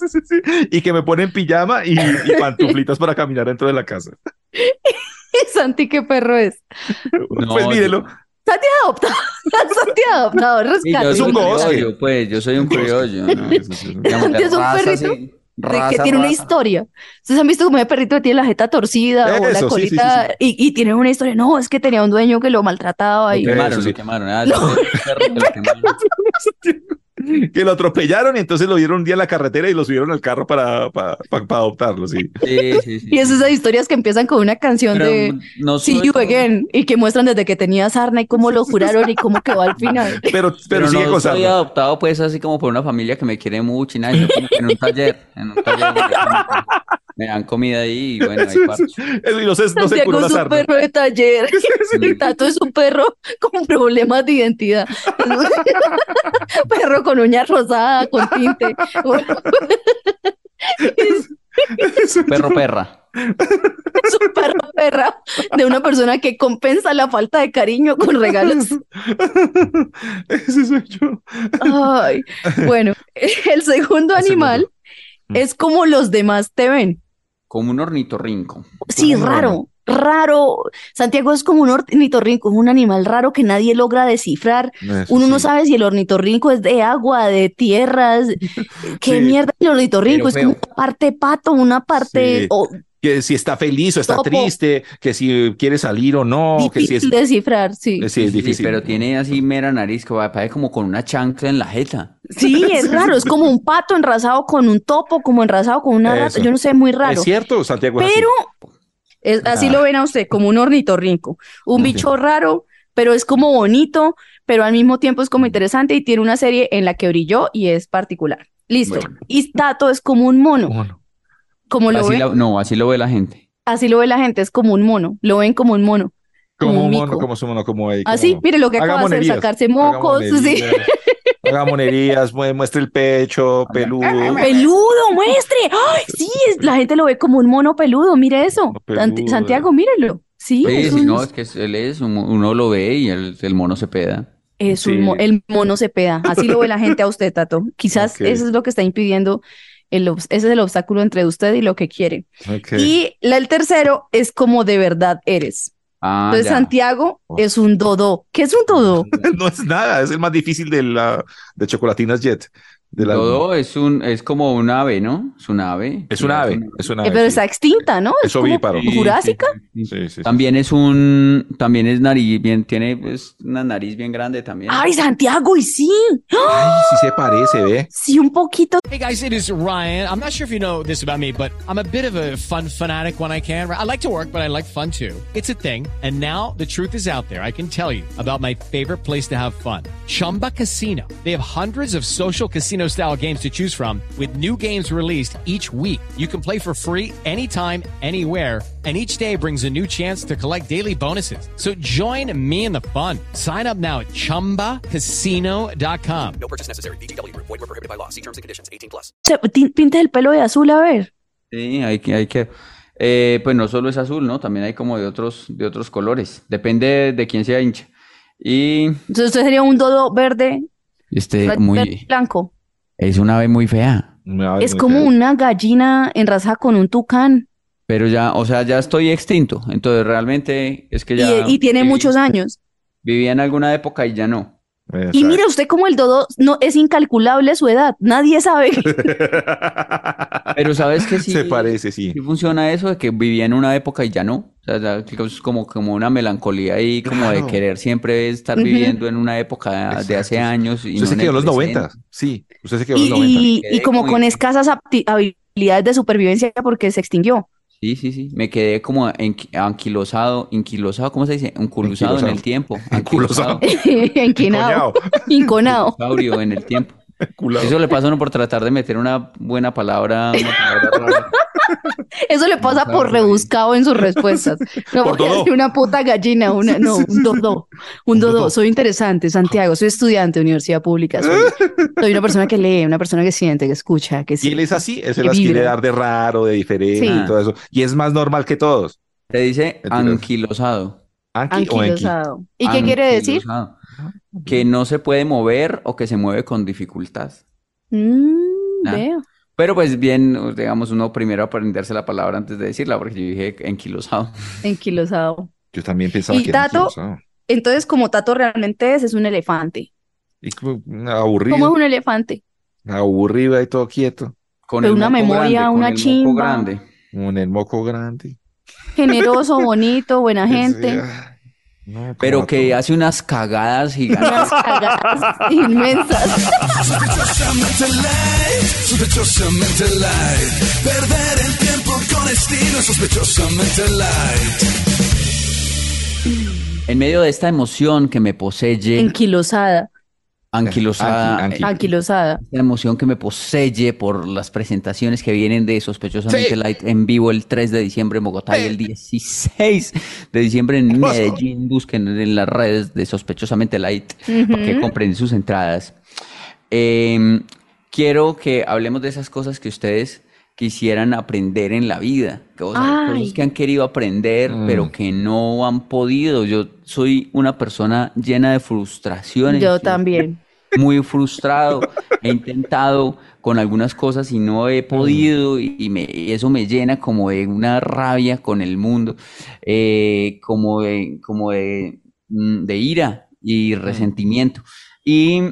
C: y que me ponen pijama y, y pantuflitas para caminar dentro de la casa.
D: Santi, ¿qué perro es?
C: pues
E: yo-
C: mírelo,
D: Santi adoptado. Santi adoptado,
E: Sí, yo
D: rescate.
C: Es
E: soy
C: un
E: un
C: gosque.
E: criollo, pues. Yo soy un criollo. ¿no? Digamos, de
D: Antes un
E: raza,
D: perrito
E: sí.
D: de-
E: Raza,
D: que tiene una
E: raza.
D: historia. Ustedes han visto como ese perrito que tiene la jeta torcida o la
C: Eso, sí, sí, sí,
D: colita Y, y tiene una historia. No, es que tenía un dueño que lo maltrataba
E: Lo
D: y
C: Eso
E: quemaron,
C: sí.
E: lo quemaron. Ah, ese perro que lo quemaron.
C: que lo atropellaron y entonces lo vieron un día en la carretera y lo subieron al carro para, para, para- para adoptarlo, sí.
E: Sí, sí, sí.
D: Y es esas historias que empiezan con una canción
E: Pero
D: de
E: no
D: See
E: sube
D: You
E: todo.
D: Again y que muestran desde que tenía sarna y cómo lo juraron y cómo quedó al final.
C: Pero, pero, sigue
E: no
C: con
E: soy
C: sarna.
E: adoptado pues así como por una familia que me quiere mucho y nada, yo como que en un taller, en un taller me dan comida ahí y bueno, ahí parcho.
C: Eso, y no se, no se
D: Santiago
C: curó la
D: es un
C: sarna.
D: perro de taller. Y Tato es un perro con problemas de identidad. perro con uña rosada, con tinte.
E: Perro perra.
D: es un perro perra de una persona que compensa la falta de cariño con regalos.
C: Ese soy yo.
D: Ay, bueno, el segundo
C: El segundo.
D: animal
C: Mm.
D: es como los demás te ven.
E: Como un ornitorrinco.
D: Sí,
C: Claro.
D: raro, raro. Santiago es como un ornitorrinco, es un animal raro que nadie logra descifrar.
C: Eso
D: Uno no
C: sí.
D: sabe si el ornitorrinco es de agua, de tierras. ¿Qué
C: Sí.
D: mierda es el ornitorrinco?
E: Pero
D: Es como
E: feo.
D: una parte pato, una parte
C: Sí.
D: o,
C: Que si está feliz o está
D: Topo.
C: triste, que si quiere salir o no, que si
D: difícil
C: es,
D: de descifrar, sí.
C: eh, sí, es
E: Sí,
C: difícil.
E: pero tiene así mera nariz, que va- parece como con una chancla en la jeta.
D: Sí, es raro, es como un pato enrasado con un topo, como enrasado con una rata,
C: Eso.
D: yo no sé, es muy raro.
C: Es cierto, Santiago. es así.
D: Pero es- así
C: Ah.
D: lo ven a usted, como un ornitorrinco, un
C: Muy
D: bicho raro, pero es como bonito, pero al mismo tiempo es como interesante y tiene una serie en la que brilló y es particular. Listo.
E: Bueno.
D: Y Tato es como un mono,
C: Bueno,
D: como lo
E: Así
D: ven,
E: la- no, así lo ve la gente.
D: así lo ve la gente, es como un mono, lo ven como un mono.
C: Como
D: un
C: un mono,
D: mico.
C: como su mono, como ahí.
D: Así,
C: como-
D: mire lo que acaba de
C: Haga
D: hacer,
C: monerías,
D: sacarse
C: haga
D: mocos, sí.
C: monerías, haga monerías, mue- muestre el pecho, peludo.
D: Peludo, muestre. ¡Ay, sí! es- la gente lo ve como un mono peludo, mire eso.
C: Mono
D: Sant-
C: peludo, eh.
D: Santiago, mírelo. Sí,
E: Sí,
D: es
E: si
D: un-
E: no, es que es- él es, un- uno lo ve y el, el mono se peda.
D: Es un
C: Sí.
D: mo- el mono se peda. Así lo ve la gente a usted, Tato. Quizás
C: Ok.
D: eso es lo que está impidiendo. El, obs- ese es el obstáculo entre usted y lo que quiere.
C: Ok.
D: Y la- el tercero es como de verdad eres.
E: Ah,
D: Entonces,
E: ya.
D: Santiago
C: Oh.
D: es un dodo. ¿Qué es un dodo?
C: No es nada, es el más difícil de la de chocolatinas Jet. De la-
E: Dodo es un, es como un ave, ¿no? Es un ave.
C: Es un ave, es un ave.
D: Eh, pero
C: Ah, sí.
D: está extinta, ¿no?
C: Es
D: como
C: ovíparo.
E: Sí, sí,
D: ¿Jurásica?
E: sí, sí.
C: Sí, sí, sí.
E: Pues También es un, también es nariz, bien, tiene pues, una nariz bien grande también.
D: ¡Ay, Santiago! Y sí, ¡Ah!
C: Ay, sí se parece, ve.
D: sí, un poquito.
H: Hey guys, it is Ryan. I'm not sure if you know this about me, but I'm a bit of a fun fanatic when I can. I like to work, but I like fun too. It's a thing. And now the truth is out there. I can tell you about my favorite place to have fun Chumba Casino. They have hundreds of social casino style games to choose from, with new games released each week. You can play for free anytime, anywhere. And each day brings a new chance to collect daily bonuses. So join me in the fun. Sign up now at chumbacasino.com.
D: Se- tin- Pinta el pelo de azul, a ver.
E: Sí, hay que, hay que. eh, pues no solo es azul, ¿no? También hay como de otros, de otros colores. Depende de quién sea hincha. Y
D: Entonces, usted sería un dodo verde,
E: este,
D: ratita
E: muy,
D: blanco.
E: es una ave muy fea.
C: Me va a ver
D: Es
C: muy
D: como
C: feo.
D: una gallina enrasada con un tucán
E: Pero ya, o sea, ya estoy extinto. Entonces realmente es que
D: y,
E: ya
D: y tiene
E: viví-
D: muchos años.
E: Viví en alguna época y ya no.
C: Exacto.
D: Y mire usted como el dodo no es incalculable su edad, nadie sabe.
E: Pero sabes que sí,
C: Se parece, sí.
E: sí funciona eso de que vivía en una época y ya no. O sea, ya que es como, como una melancolía ahí, como de
C: Claro.
E: querer siempre estar
D: Ujú.
E: viviendo en una época de hace
C: Exacto.
E: años y
C: Usted
E: no
C: se
E: en
C: quedó en
E: el
C: los
E: presente.
C: 90. Sí, usted se quedó en
D: Y,
C: los 90.
D: y- y como con escasas apti- habilidades de supervivencia porque se extinguió.
E: Sí, sí, sí. Me quedé como enqui- anquilosado, inquilosado, ¿cómo se dice? Enculosado en
C: Enquilosado.
E: el tiempo.
C: Enculosado.
E: Anquilosado.
D: Enquinado,
C: Coñao,
D: inconado.
E: Saurio en el tiempo.
C: culado.
E: Eso le pasa a uno por tratar de meter una buena palabra, una palabra rara.
D: Eso le pasa
E: Claro,
D: por
E: güey.
D: rebuscado en sus respuestas. No,
C: Por
D: voy a
C: dodo.
D: decir una puta gallina, una, no, un dodo, un dodo.
C: dodo.
D: Soy interesante, Santiago, soy estudiante de universidad pública, soy, soy una persona que lee, una persona que siente, que escucha, que
C: Y él
D: sí.
C: es así, él se
D: Que
C: las quiere
D: vibra.
C: dar de raro, de diferente
D: Sí.
C: y todo eso. Y es más normal que todos.
E: Te dice
C: Mentiras.
E: anquilosado.
C: Anki o Enki.
D: Anquilosado. ¿Y qué quiere decir?
E: Anquilosado. Que no se puede mover o que se mueve con dificultad.
D: Mm,
E: Ah.
D: veo.
E: Pero pues bien, digamos, uno primero aprenderse la palabra antes de decirla, porque yo dije enquilosado.
D: Enquilosado.
C: Yo también pensaba
D: Y
C: que ah, era
D: Tato-
C: anquilosado.
D: Entonces, como Tato realmente es, es un elefante.
C: Y como, mm, aburrido,
D: ¿Cómo es un elefante?
C: aburrido y todo quieto,
E: Con
D: Pero
E: el
D: una
E: moco
D: memoria,
E: grande, con
D: una
E: el moco
D: chimba.
E: grande.
C: con el moco grande.
D: Generoso, bonito, buena
C: Ese,
D: gente.
C: ah,
E: pero que hace unas cagadas gigantes.
D: Unas cagadas inmensas.
G: Sospechosamente light, sospechosamente light. Perder el tiempo con estilo, sospechosamente light.
E: En medio de esta emoción que me posee,
D: Enquilosada,
E: anquilosada,
C: Anqui-
E: eh,
D: anquilosada.
E: esta emoción que me posee por las presentaciones que vienen de Sospechosamente
C: Sí.
E: Light en vivo el 3 de diciembre en Bogotá y el 16 de diciembre en
C: Hermoso.
E: Medellín. Busquen en las redes de Sospechosamente Light para que compren sus entradas. Eh, quiero que hablemos de esas cosas que ustedes quisieran aprender en la vida, que, o sea,
D: Ay.
E: cosas que han querido aprender, pero que no han podido. Yo soy una persona llena de frustraciones.
D: Yo
E: y-
D: también.
E: muy frustrado. He intentado con algunas cosas y no he podido y, y me, y eso me llena como de una rabia con el mundo, eh, como de, como de, mm, de ira y resentimiento. Y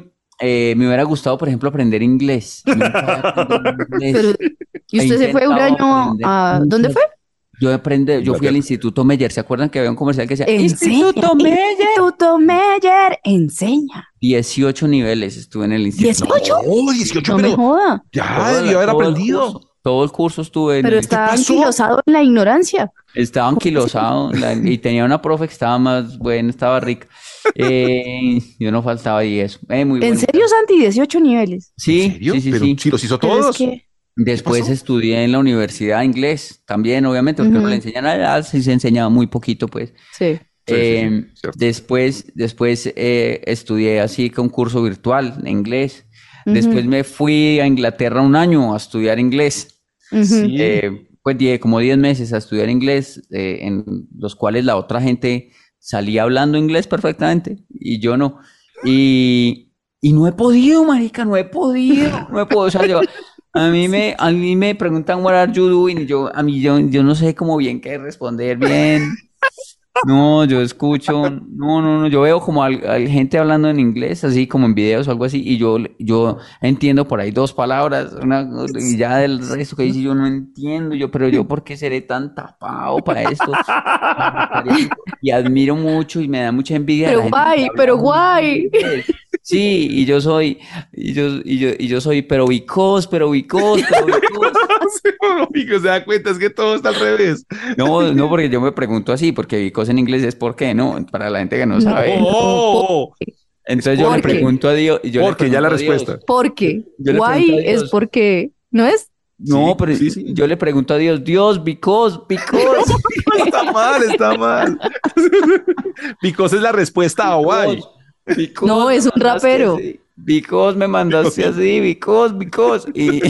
E: eh, me hubiera gustado, por ejemplo, aprender inglés. Nunca he aprendido inglés.
D: Pero, ¿Y
E: He
D: usted se fue un
E: intentado
D: año
E: aprender
D: a... ¿Dónde
E: mucho.
D: fue?
E: Yo aprendí, yo fui al
C: Inglaterra.
E: Instituto Meyer. ¿Se acuerdan que había un comercial que decía
D: ¿En
E: Instituto
D: serio?
E: Meyer?
D: Instituto Meyer, enseña.
E: 18 niveles estuve en el instituto.
D: ¿18?
C: Oh, 18,
D: No me
C: pero
D: joda.
C: ya
E: Todo el-
C: debió haber
E: todo el
C: aprendido.
E: curso, todo el curso estuve en
D: Pero
E: el-
D: está
C: pasó?
D: anquilosado en la ignorancia.
E: estaba anquilosado la- y tenía una profe que estaba más buena, estaba rica. Eh, yo no faltaba y eso. Eh, muy
D: ¿En
E: bueno.
D: serio, Santi? 18 niveles.
E: Sí,
C: ¿En serio?
E: sí, sí,
C: pero
E: sí.
C: si los hizo
D: Pero es
C: todos.
D: que-
E: Después
C: pasó?
E: estudié en la universidad inglés, también, obviamente, porque no le enseñan allá, sí se enseñaba muy poquito, pues.
D: Sí.
C: Sí, sí, sí,
E: Eh,
C: cierto.
E: después, después eh, estudié así con curso virtual en inglés. Después me fui a Inglaterra un año a estudiar inglés.
D: Ujú.
E: Eh, pues die- como 10 meses a estudiar inglés, eh, en los cuales la otra gente salía hablando inglés perfectamente y yo no. Y, y no he podido, marica, no he podido, no he podido. O sea, yo- a mí me, a mí me preguntan what are you doing y yo, a mí yo, yo no sé cómo bien qué responder bien. No, yo escucho, no, no, no, yo veo como al, al gente hablando en inglés, así como en videos o algo así, y yo, yo entiendo por ahí dos palabras, una, y ya del resto que dice yo no entiendo, yo, pero yo por qué seré tan tapado para esto. Y admiro mucho y me da mucha envidia.
D: Pero
E: la gente que
D: guay,
E: habla
D: pero
E: muy
D: guay.
E: inglés. Sí, y yo soy, y yo, y yo, y yo soy, pero vicos, pero vicos, pero vicos.
C: Amigo, se da cuenta, es que todo está al revés.
E: No, no, porque yo me pregunto así, porque vicos en inglés es por qué, ¿no? Para la gente que no sabe.
C: Oh,
E: Entonces yo le
D: Porque-
E: pregunto a Dios. y Yo le
C: porque ya
E: pregunto
C: la
E: a Dios,
C: respuesta.
D: ¿Por qué?
E: Yo le
D: Guay
E: pregunto a Dios.
D: es porque... ¿No es?
E: No,
C: Sí,
E: pero
C: sí, sí.
E: yo le pregunto a Dios, Dios, because, because,
C: Está mal, está mal. Picos es la respuesta a Hawaii.
E: because
D: No,
E: me
D: es un
E: mandaste
D: rapero.
E: así, Because me mandaste así, because, because. Y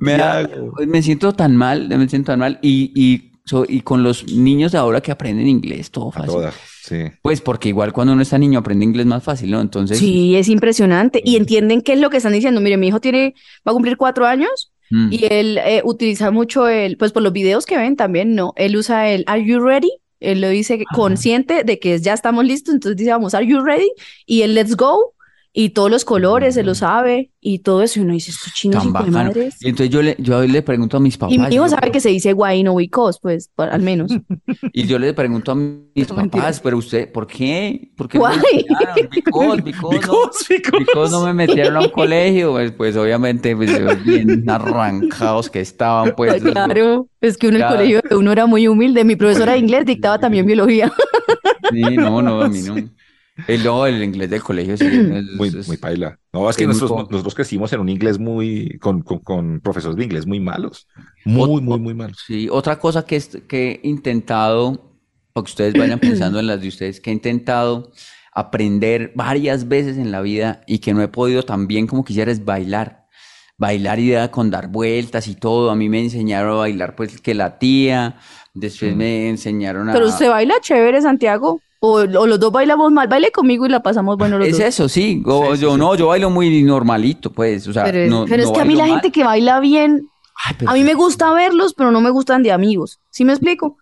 E: me, da-
C: Santiago.
E: me siento tan mal, me siento tan mal. Y, y, so- y con los niños de ahora que aprenden inglés, todo
C: A
E: fácil.
C: toda, Ah, sí.
E: Pues porque igual cuando uno está niño aprende inglés más fácil, ¿no? Entonces,
D: Sí, es impresionante. Y entienden qué es lo que están diciendo. Mire, mi hijo tiene, va a cumplir cuatro años
E: mm,
D: y él eh, utiliza mucho el, pues por los videos que ven también, ¿no? Él usa el Are you ready? Él lo dice que- consciente de que ya estamos listos, entonces dice vamos, Are you ready? Y el Let's go y todos los colores, se lo sabe y todo eso. Y uno dice, estos chinos
E: Mm. tan
D: hijo de
E: bacano.
D: madres.
E: Y entonces yo le, yo le pregunto a mis papás.
D: Y mi hijo
E: yo-
D: sabe que se dice why no because, pues por- al menos.
E: Y yo le pregunto a mis
D: No,
E: papás,
D: mentira.
E: pero usted, ¿por qué? ¿Por qué me
D: Guay.
E: enseñaron? Because, because,
C: Picos,
E: no,
C: picos.
E: because no me metieron a un colegio. Pues, pues, obviamente, pues, yo bien arrancados que estaban, pues.
D: Claro, es que uno en el
E: Claro.
D: colegio de uno era muy humilde. Mi profesora de inglés dictaba también biología.
E: Sí, no, no, a mí no. El, no, el inglés del colegio sí, es-
C: Muy,
E: es-
C: muy paila. No, es que
E: es muy
C: nosotros,
E: poco.
C: nosotros crecimos en un inglés muy, con, con, con profesores de inglés muy malos. Muy, muy, muy malos.
E: Sí, otra cosa que, est- que he intentado, para que ustedes vayan pensando en las de ustedes, que he intentado aprender varias veces en la vida y que no he podido tan bien como quisiera es bailar. Bailar y da- con dar vueltas y todo. A mí me enseñaron a bailar pues que la tía, después me enseñaron a...
D: Pero usted baila chévere, Santiago. O, o los dos bailamos mal. Baile conmigo y la pasamos bueno los
E: Es
D: dos.
E: eso, sí. o- yo no, yo bailo muy normalito, pues. O sea,
D: pero es,
E: no-
D: pero
E: no
D: es que a mí
E: bailo
D: la
E: mal.
D: gente que baila bien,
E: Ay, pero
D: a mí me gusta verlos, pero no me gustan de amigos. ¿Sí me explico?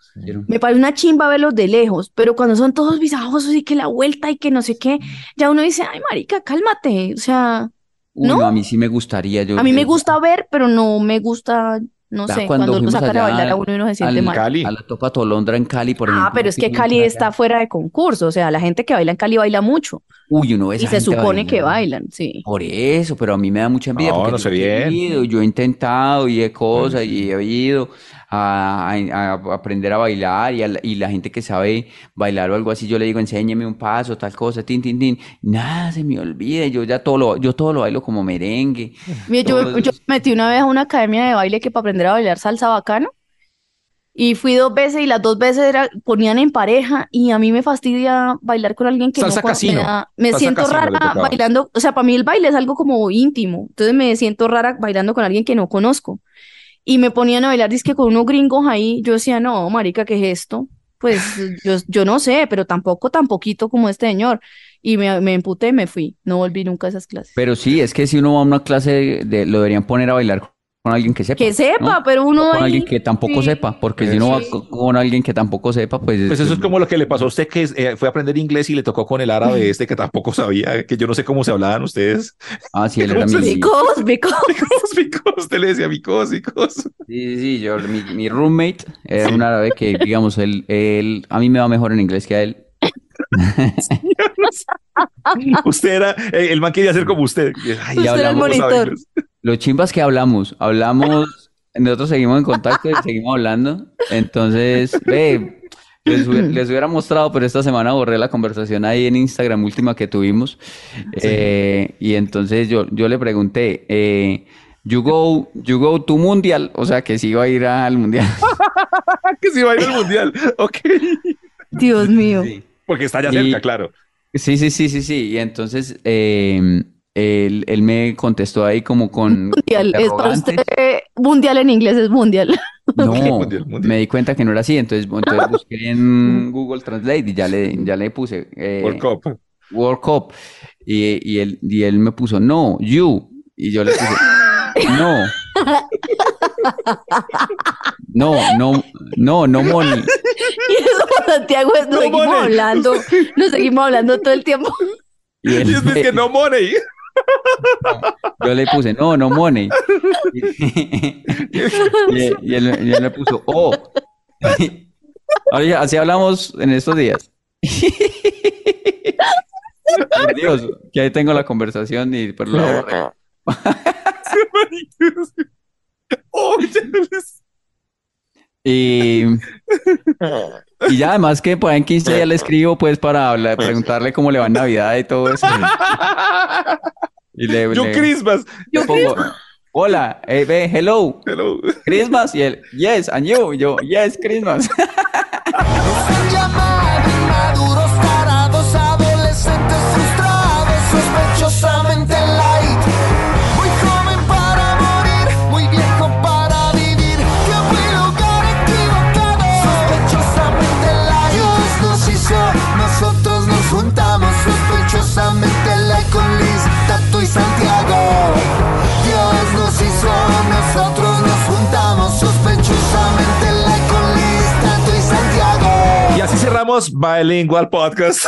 D: Me parece una chimba verlos de lejos, pero cuando son todos visajosos y que la vuelta y que no sé qué, ya uno dice, ay, marica, cálmate. O sea,
E: Uy,
D: ¿no?
E: no, a mí sí me gustaría. Yo,
D: a mí me
E: yo-
D: gusta ver, pero no me gusta No
E: Da,
D: sé,
E: cuando
D: cuando lo
E: fuimos
D: sacan a
E: allá
D: bailar a uno y uno se siente
E: al
D: mal.
C: Cali.
E: A la Topa Tolondra en Cali, por ejemplo.
D: Ah, pero es que
E: uno
D: Cali
E: entra
D: está
E: allá.
D: fuera de concurso, o sea, la gente que baila en Cali baila mucho
E: Uy, uno ve
D: y
E: esa
D: se
E: Pues gente
D: supone que
E: bailando.
D: bailan, sí.
E: Por eso, pero a mí me da mucha envidia
C: No,
E: porque
C: no
E: yo
C: sé
E: he
C: bien.
E: querido, yo he intentado y he cosas y he ido a, a- a aprender a bailar y, a la, y la gente que sabe bailar o algo así, yo le digo, enséñeme un paso, tal cosa, tin, tin, tin. Nada, se me olvida, yo ya todo lo, yo todo lo bailo como merengue.
D: Mira, yo,
E: Todo-
D: yo me metí una vez a una academia de baile que para aprender a bailar salsa bacana y fui dos veces y las dos veces era, ponían en pareja y a mí me fastidia bailar con alguien que no
C: Salsa
D: conoce, me
C: casino.
D: da- me
C: Salsa
D: siento
C: casino le
D: rara
C: tocaba.
D: bailando, o sea, para mí el baile es algo como íntimo, entonces me siento rara bailando con alguien que no conozco y me ponían a bailar dizque con unos gringos ahí, yo decía, no, marica, ¿qué es esto? Pues yo, yo no sé, pero tampoco tan poquito como este señor y me, me emputé y me fui, no volví nunca a esas clases.
E: Pero sí, es que si uno va a una clase de, de- lo deberían poner a bailar con alguien que sepa,
D: Que
E: ¿no?
D: sepa, pero
E: O
D: uno
E: con
D: ahí,
E: alguien que tampoco
D: sí.
E: sepa, porque si uno va
D: Sí.
E: co- con alguien que tampoco sepa, pues
C: Pues eso es como lo que le pasó a usted que eh, fue a aprender inglés y le tocó con el árabe este que tampoco sabía, que yo no sé cómo se hablaban ustedes.
E: ah, sí, él
C: ¿Cómo
E: era
C: se
E: mi-
D: Because, because.
C: Micos, micos, usted le decía micos, micos.
E: Sí, sí, sí, yo, mi, mi roommate era un árabe que, digamos, él, él, a mí me va mejor en inglés que a él.
C: Usted era, eh, el man quería ser como usted. Ay,
E: Usted era el
C: ¿cómo sabe
D: monitor.
C: inglés?
E: Lo chimbas que hablamos, hablamos, nosotros seguimos en contacto y seguimos hablando. Entonces, ve, les, hubie- les hubiera mostrado, pero esta semana borré la conversación ahí en Instagram última que tuvimos. Eh, y entonces yo, yo le pregunté, eh, you go, you go to mundial, o sea, que sí iba a ir al mundial.
C: Ah, que si va a ir al mundial. Ok.
D: Dios mío.
C: Porque está ya
E: Y-
C: cerca, claro.
E: Sí, sí, sí, sí, sí. Y entonces eh, él, él me contestó ahí como con
D: Mundial, es para usted,
E: interrogantes.
D: mundial en inglés es mundial.
E: No,
C: Mundial, mundial.
E: me di cuenta que no era así. Entonces, entonces busqué en Google Translate y ya le, ya le puse eh,
C: World Cup.
E: World Cup. Y, y él, y él me puso, no, you. Y yo le puse, no. No, no, no, no money.
D: Y eso, Santiago, nos
C: No,
D: seguimos
C: money.
D: hablando, nos seguimos hablando todo el tiempo.
E: Y él
C: Y es
E: me-
C: que no money.
E: Yo le puse, no, no money. Y, y él, y él- y él me puso, oh. Oye, así hablamos en estos días. Por Dios, que ahí tengo la conversación y por la borré.
C: Oh, ya no les-
E: Y, y ya además que por ahí en 15 ya le escribo pues para hablar, preguntarle cómo le va en Navidad y todo eso. Y le,
C: Yo
E: le-
C: Christmas.
E: le pongo, hola, eh, ve, hello,
C: Hello.
E: Christmas. Y él, yes, and you. Y yo, yes, Christmas.
F: Nos han llamado inmaduros, tarados, adolescentes frustrados, sospechosamente light. Muy joven para morir, muy viejo para vivir. Tiempo y lugar equivocado, sospechosamente light. Dios nos hizo, nosotros nos juntamos, sospechosamente light con Liz, Tato y Santiago. Dios nos hizo, nosotros nos juntamos, sospechosamente light con Liz, Tato y Santiago.
C: Y así cerramos Bilingual Podcast.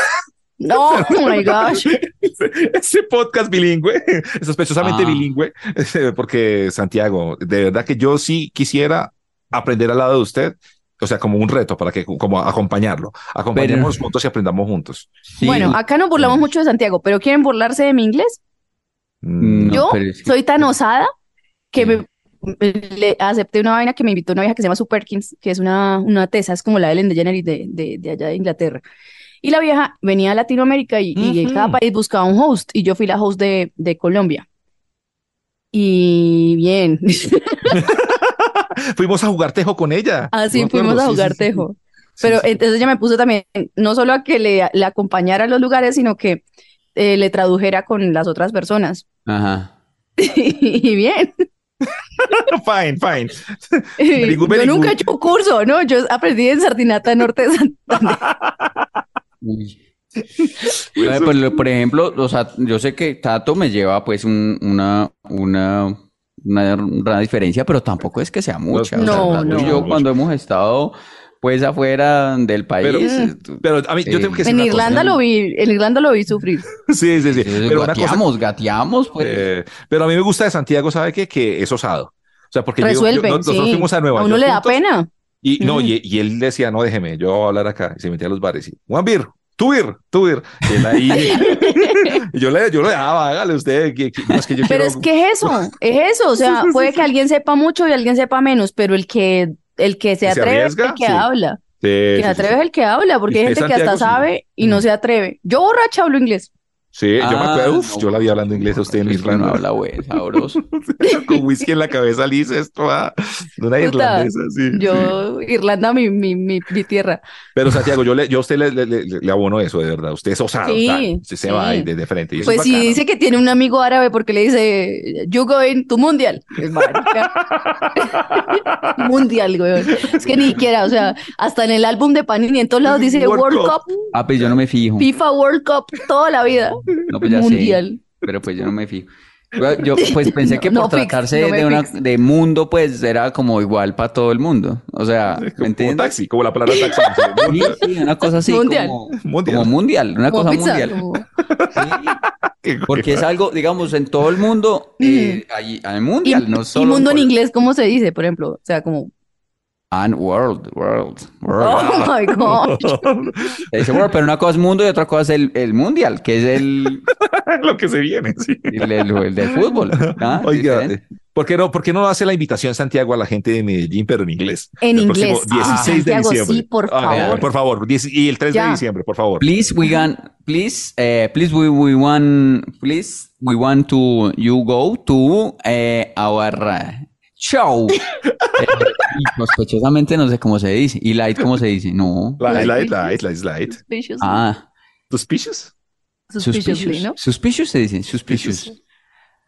D: No, oh my gosh.
C: Ese- Ese podcast bilingüe, sospechosamente
E: Ah.
C: bilingüe, porque Santiago, de verdad que yo sí quisiera aprender al lado de usted, o sea, como un reto para que como acompañarlo, acompañemos juntos y aprendamos juntos.
E: Sí,
D: Bueno,
E: usted-
D: acá nos burlamos mucho de Santiago, pero ¿quieren burlarse de mi inglés?
E: No,
D: Yo
E: pero es que-
D: soy tan osada que me, le acepté una vaina que me invitó una vieja que se llama Sue Perkins, que es una, una tesa, es como la de Ellen DeGeneres de, de, de allá de Inglaterra. Y la vieja venía a Latinoamérica y, y en cada país buscaba un host, y yo fui la host de, de Colombia. Y bien,
C: Fuimos a jugar tejo con ella.
D: así
C: Me acuerdo,
D: Ah, fuimos a
C: sí, sí,
D: jugar
C: sí.
D: tejo.
C: Sí,
D: Pero
C: sí.
D: entonces ella me puso también, no solo a que le, le acompañara a los lugares, sino que eh, le tradujera con las otras personas.
E: Ajá.
D: y bien.
C: Fine, fine. Very
D: Yo
C: good, very good.
D: nunca he hecho curso, ¿no? Yo aprendí en Sardinata Norte de
C: Ah,
D: Santander.
E: Uy. Oye, pues, lo- por ejemplo, o sea, yo sé que Tato me lleva pues un- una, una, una, una diferencia, pero tampoco es que sea mucha. O sea,
D: No,
E: Tato y
D: no.
E: yo cuando hemos estado pues afuera del país,
C: Pero-
E: eh, tú-
C: Pero a mí, yo
E: Eh,
C: tengo que decir
D: En
C: una cosa.
D: Irlanda lo vi, en Irlanda lo vi sufrir.
C: Sí, sí, sí.
E: eh,
C: Pero una cosa
E: gateamos, gateamos, pues.
C: Eh, pero a mí me gusta de Santiago, ¿sabe qué? Que es osado. O sea, porque yo- yo-
D: Resuelven.
C: nosotros
D: sí.
C: fuimos a Nueva
D: a uno
C: York
D: le da
C: juntos
D: pena.
C: Y, no,
D: Ujú.
C: y, y él decía, no, déjeme, yo voy a hablar acá. Y se metía a los bares y, Juan Bir, tú ir, tú ir. Y él ahí, y yo, le, yo lo dejaba, hágale usted. que- que- no, es que yo quiero-
D: Pero es que es eso, es eso. O sea, puede que alguien sepa mucho y alguien sepa menos, pero el que, el que se
C: ¿Que se
D: atreve
C: arriesga?
D: es el que
C: Sí.
D: habla.
C: Sí, sí,
D: Quien se
C: sí,
D: atreve
C: sí.
D: es el que habla, porque hay
C: Y usted,
D: gente que hasta
C: Santiago, Mm. sí.
D: sabe y no se atreve. Yo borracha hablo inglés.
C: Sí, yo me
E: Ah,
C: acuerdo, uf,
E: no,
C: yo la vi hablando inglés a usted en
E: es que uno
C: Irlanda.
E: habla, güey, sabroso.
C: Con whisky en la cabeza, Liz, esto va. De una
D: Puta,
C: irlandesa, sí, sí.
D: Yo, Irlanda, mi, mi, mi, mi tierra.
C: Pero Santiago, yo, le, yo a usted le, le- le- le abono eso, de verdad. Usted es osado,
D: Sí,
C: tal. Usted se va
D: sí.
C: ahí de, de frente. y eso
D: Pues
C: es
D: si
C: bacano.
D: dice que tiene un amigo árabe porque le dice, you go in tu mundial. Pues, marica. mundial, güey. Es que ni siquiera, o sea, hasta en el álbum de Panini, en todos lados dice
C: World
D: World,
C: Cup.
D: Cup.
E: Ah, pues yo no me fijo.
D: FIFA World Cup, toda la vida.
E: No, pues ya sé.
D: mundial.
E: Pero pues yo no me fijo. Bueno, Yo pues pensé que
D: No,
E: por
D: no, fix,
E: tratarse
D: no me
E: de una
D: fix.
E: de mundo pues era como igual para todo el mundo. O sea,
C: Sí,
E: ¿me
C: como- Como
E: entiendes?
C: taxi, como la palabra taxi. no sé,
E: Sí, sí, una cosa así
D: Mundial.
E: como
C: Mundial.
E: como mundial, una
D: Como
E: cosa
D: pizza,
E: mundial.
D: como-
E: Sí,
C: qué cosa.
E: porque es algo, digamos, en todo el mundo eh, hay, hay
D: Mm. Y,
E: mundial, no
D: y
E: solo
D: mundo en
E: por-
D: inglés, ¿cómo se dice, por ejemplo? O sea, como,
E: And world, world, world.
D: oh my God.
E: Se dice world, pero una cosa es mundo y otra cosa es el, el mundial, que es el,
C: Lo que se viene, sí.
E: el, el- el del fútbol. ¿ah?
C: Oiga,
E: Diferente.
C: ¿por qué, no, ¿por qué no hace la invitación Santiago a la gente de Medellín, pero en inglés?
D: En
C: El próximo
D: inglés. Ah,
C: 16 de
D: Santiago,
C: diciembre.
D: sí, por
C: Ah,
D: favor.
C: por favor. diez- Y el 3 de
D: Ya.
C: diciembre, por favor.
E: please we can please uh, please we, we want please we want to you go to uh, our uh, show Eh, y sospechosamente no sé cómo se dice y light cómo se dice no
C: Light, light, light, light, light.
D: Suspicious.
E: ah
C: Suspicious?
D: Suspiciously,
E: suspicious
D: ¿no?
E: suspicious se dice suspicious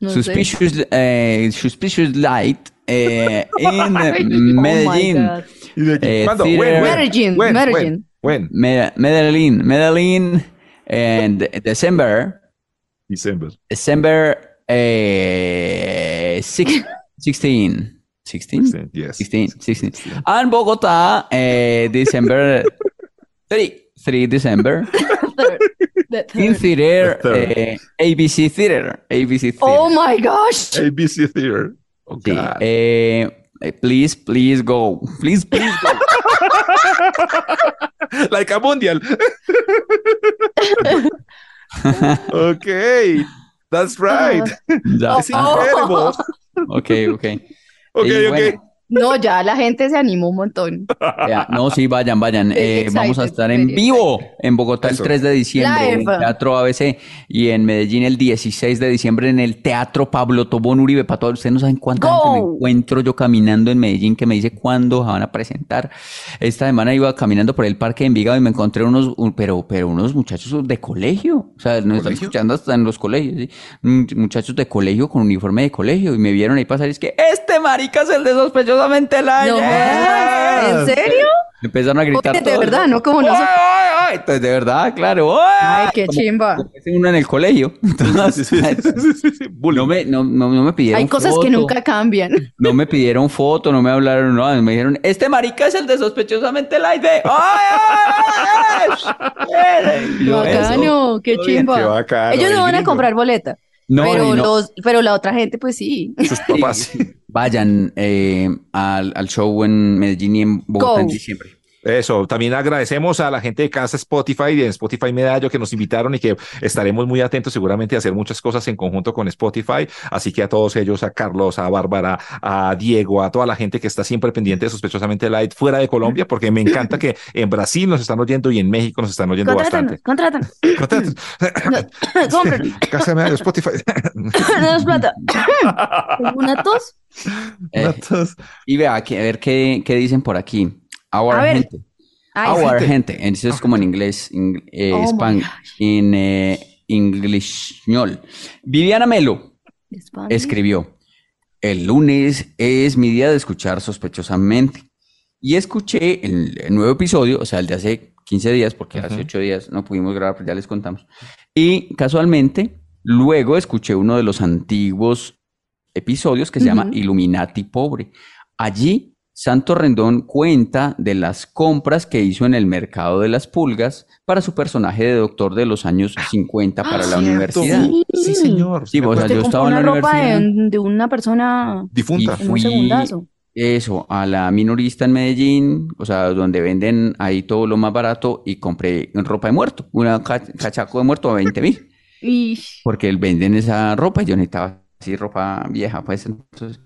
D: No sé.
E: suspicious eh, suspicious light eh, in
D: Oh my
E: Medellín
D: God.
C: ¿Y de aquí?
E: Eh,
C: ¿Cuándo?
E: theater-
C: When, when,
D: Medellín,
C: when,
D: Medellín.
C: when, when?
E: Me- Medellín Medellín and December
C: December.
E: December eh, six- 16. 16?
C: Yes.
E: 16, 16. And Ah, Bogotá, eh, December 3. 3 December.
D: Third. The
E: In
D: third.
E: theater,
C: The third.
E: eh, ABC Theater. ABC Theater.
D: Oh my gosh.
C: ABC Theater. Oh,
E: Sí,
C: God.
E: eh, eh, please, please go. Please, please go.
C: Like a mundial. okay. That's right.
E: Ya
C: It's
E: está.
C: incredible.
E: Ok, ok.
C: Ok,
E: Y
C: ok.
E: bueno,
D: No, ya la gente se animó un montón.
E: vea, no, sí, vayan, vayan.
D: Very
E: Eh, vamos a
D: excited,
E: estar en
D: very
E: vivo en Bogotá
C: Eso.
E: el 3 de diciembre en
D: Live.
E: el Teatro ABC y en Medellín el 16 de diciembre en el Teatro Pablo Tobón Uribe. Para todos ustedes no saben cuánta
D: Go.
E: gente me encuentro yo caminando en Medellín que me dice cuándo van a presentar. Esta semana iba caminando por el Parque de Envigado y me encontré unos, un- pero, pero unos muchachos de colegio. O sea, nos están escuchando hasta en los colegios. ¿sí? Mm, Muchachos de colegio con uniforme de colegio y me vieron ahí pasar y es que este marica es el de sospechosamente la
D: No, ¿En serio?
E: Empezaron a gritar.
D: Oye, de
E: todos.
D: verdad, ¿no? Como
E: ¡Ay,
D: nosotros.
E: ay, ay! Entonces, de verdad, claro. ¡ay!
D: Ay, qué
E: Como-
D: chimba.
E: como hace uno en el colegio. Entonces, no, me, no, no, no me pidieron
D: Hay cosas que
E: foto,
D: nunca cambian.
E: No me pidieron foto, no me hablaron, no. Me dijeron, este marica es el de sospechosamente la idea. ¡Ay, ay, ay, ay! Y yo, eso.
D: Bacano, qué
E: todo bien,
C: qué
D: chimba.
C: bacano,
D: Ellos
C: el
D: no van a
C: gringo.
D: comprar boleta.
E: No,
D: pero,
E: y no.
D: Los, pero la otra gente, pues sí.
C: Sus papás. sí.
E: Vayan eh, al, al show en Medellín y en Bogotá en
D: Go.
E: diciembre.
C: Eso, también agradecemos a la gente de Casa Spotify y de Spotify Medallo que nos invitaron y que estaremos muy atentos seguramente a hacer muchas cosas en conjunto con Spotify. Así que a todos ellos, a Carlos, a Bárbara, a Diego, a toda la gente que está siempre pendiente de sospechosamente Light fuera de Colombia, porque me encanta que en Brasil nos están oyendo y en México nos están oyendo
D: Contrátanos,
C: bastante.
D: contrátanos.
C: Contentos.
D: Compren.
C: Casa Medallo, Spotify.
D: Danos plata. Tengo una tos.
E: Eh,
C: Entonces,
E: Y vea, que, a ver qué, qué dicen por aquí. Our
D: A ver.
E: gente.
D: Ay,
E: Our gente. Entonces es como en inglés, en eh,
D: Ah, Oh my
E: span- en eh, inglesñol. Viviana Melo escribió, el lunes es mi día de escuchar sospechosamente. Y escuché el, el nuevo episodio, o sea, el de hace 15 días, porque hace 8 días no pudimos grabar, pero ya les contamos. Y casualmente, luego escuché uno de los antiguos episodios que se llama
D: Ujú.
E: Illuminati Pobre. Allí Santos Rendón cuenta de las compras que hizo en el mercado de las pulgas para su personaje de doctor de los años 50 para la
C: Cierto.
E: universidad.
C: Sí, señor.
E: Sí,
C: Me
E: vos- O
C: acuerdo.
E: sea,
D: Usted
E: yo
D: compró
E: estaba en
D: una
E: la
D: ropa de,
E: universidad.
D: de una persona
C: Difunta.
E: Y
D: en
E: Fui-
D: un segundazo.
E: Eso, a la minorista en Medellín, o sea, donde venden ahí todo lo más barato y compré ropa de muerto, una ca- cachaco de muerto a 20 mil,
D: Y
E: porque él venden esa ropa y yo necesitaba así ropa vieja, pues entonces...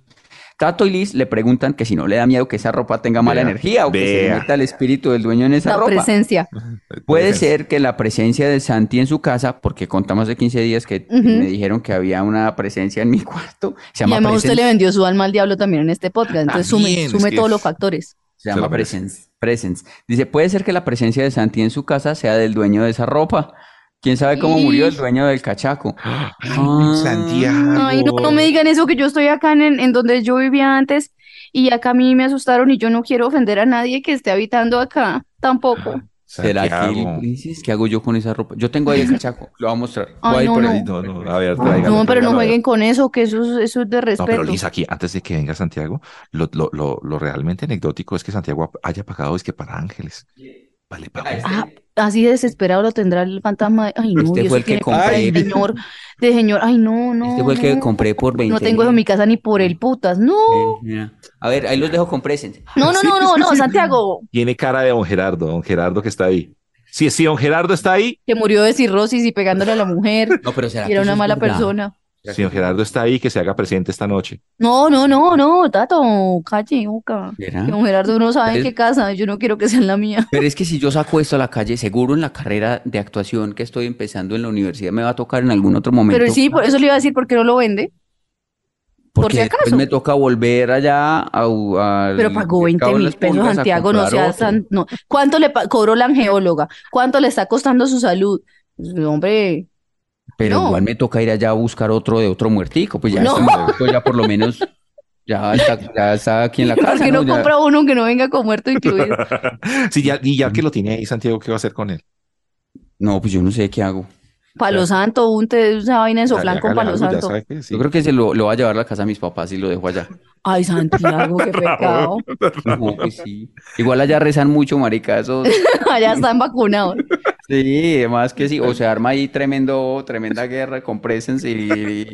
E: Tato y Liz le preguntan que si no le da miedo que esa ropa tenga mala
C: Vea,
E: energía o que se le
C: vea. Pues
E: meta el espíritu del dueño en esa
D: la
E: ropa.
D: presencia.
E: Puede ser que la presencia de Santi en su casa, porque contamos de 15 días que
D: Ujú.
E: me dijeron que había una presencia en mi cuarto, se
D: Y
E: llama
D: además usted
E: presencia.
D: le vendió su alma al diablo también en este podcast. Entonces
C: También,
D: sume,
C: es
D: sume
C: que-
D: todos los factores.
E: Se
C: Se
E: llama
C: lo merece.
E: Presence. Presence. Dice, puede ser que la presencia de Santi en su casa sea del dueño de esa ropa. ¿Quién sabe cómo murió el dueño del cachaco? Ah.
C: Santiago.
D: Ay, no, no me digan eso, que yo estoy acá en, en donde yo vivía antes y acá a mí me asustaron y yo no quiero ofender a nadie que esté habitando acá tampoco.
E: ¿Será que
C: Santiago.
E: el Ulises? ¿Qué hago yo con esa ropa? Yo tengo ahí el cachaco, lo voy a mostrar.
D: Ay,
C: Ay,
D: no,
C: pero-
D: no.
C: no, no, a ver, tráigalo,
D: No, pero
C: tráigalo, a
D: no
C: ver.
D: jueguen con eso, que eso, es- eso es de
C: No, pero
D: respeto.
C: Liz, aquí, antes de que venga Santiago, lo, lo, lo, lo realmente anecdótico es que Santiago haya pagado es que para ángeles. Vale, para
D: Ah, así de desesperado lo tendrá el fantasma. de- Ay, no,
E: Este
D: y eso
E: fue el que
D: tiene compra de
E: compré. Ay.
D: señor, de señor. Ay, no, no.
E: Este fue el que
D: no.
E: compré por 20
D: No tengo eso en mi casa ni por el putas. No,
E: Eh, mira. A ver, ahí los dejo con Presence.
D: no, no, no, no, no, Santiago,
C: Tiene cara de don Gerardo, don Gerardo que está ahí. Sí, sí, don Gerardo está ahí.
D: que murió de cirrosis y pegándole a la mujer.
E: No, pero será
D: Y era
E: que eso
D: una
E: es
D: mala
E: verdad?
D: persona.
C: Sí, don Gerardo está ahí, que se haga presente esta noche.
D: No, no, no, no, Tato, calle, boca.
E: ¿Será?
D: Que don Gerardo no sabe en qué
E: Es-
D: casa, yo no quiero que sea en la mía.
E: Pero es que si yo saco esto a la calle, seguro en la carrera de actuación que estoy empezando en la universidad me va a tocar en algún otro momento.
D: Pero sí, por eso le iba a decir porque no lo vende. por si
E: Porque después
D: acaso.
E: me toca volver allá a, u- al
D: Pero pagó 20
E: mercado de
D: mil
E: las
D: pesos,
E: pulgas a
D: Santiago, no
E: comprar
D: sea
E: otro.
D: tan- no. ¿Cuánto le pa- cobró la angeóloga? ¿Cuánto le está costando su salud? Pues, Hombre,
E: Pero
D: no.
E: igual me toca ir allá a buscar otro de otro muertico, pues ya
D: No.
E: este muertico ya por lo menos ya está, ya está aquí en la
D: ¿por
E: casa,
D: qué no,
E: Ya-
D: compra uno que no venga con muerto incluido?
C: Sí, ya, y ya que lo tiene ahí, Santiago, ¿qué va a hacer con él?
E: No, pues yo no sé qué hago.
D: Palo santo, un té, una vaina de
C: Ya-
D: soflán
C: ya
D: con
C: hágale
D: palo
C: algo, ya
D: santo.
C: sabe que sí.
E: Yo creo que se lo, lo va a llevar a la casa de mis papás y lo dejo allá.
D: Ay, Santiago, qué pecado.
E: No, pues sí. Igual allá rezan mucho, marica, eso
D: Allá están vacunados.
E: sí, más que sí. O se arma ahí tremendo, tremenda guerra con Presence y,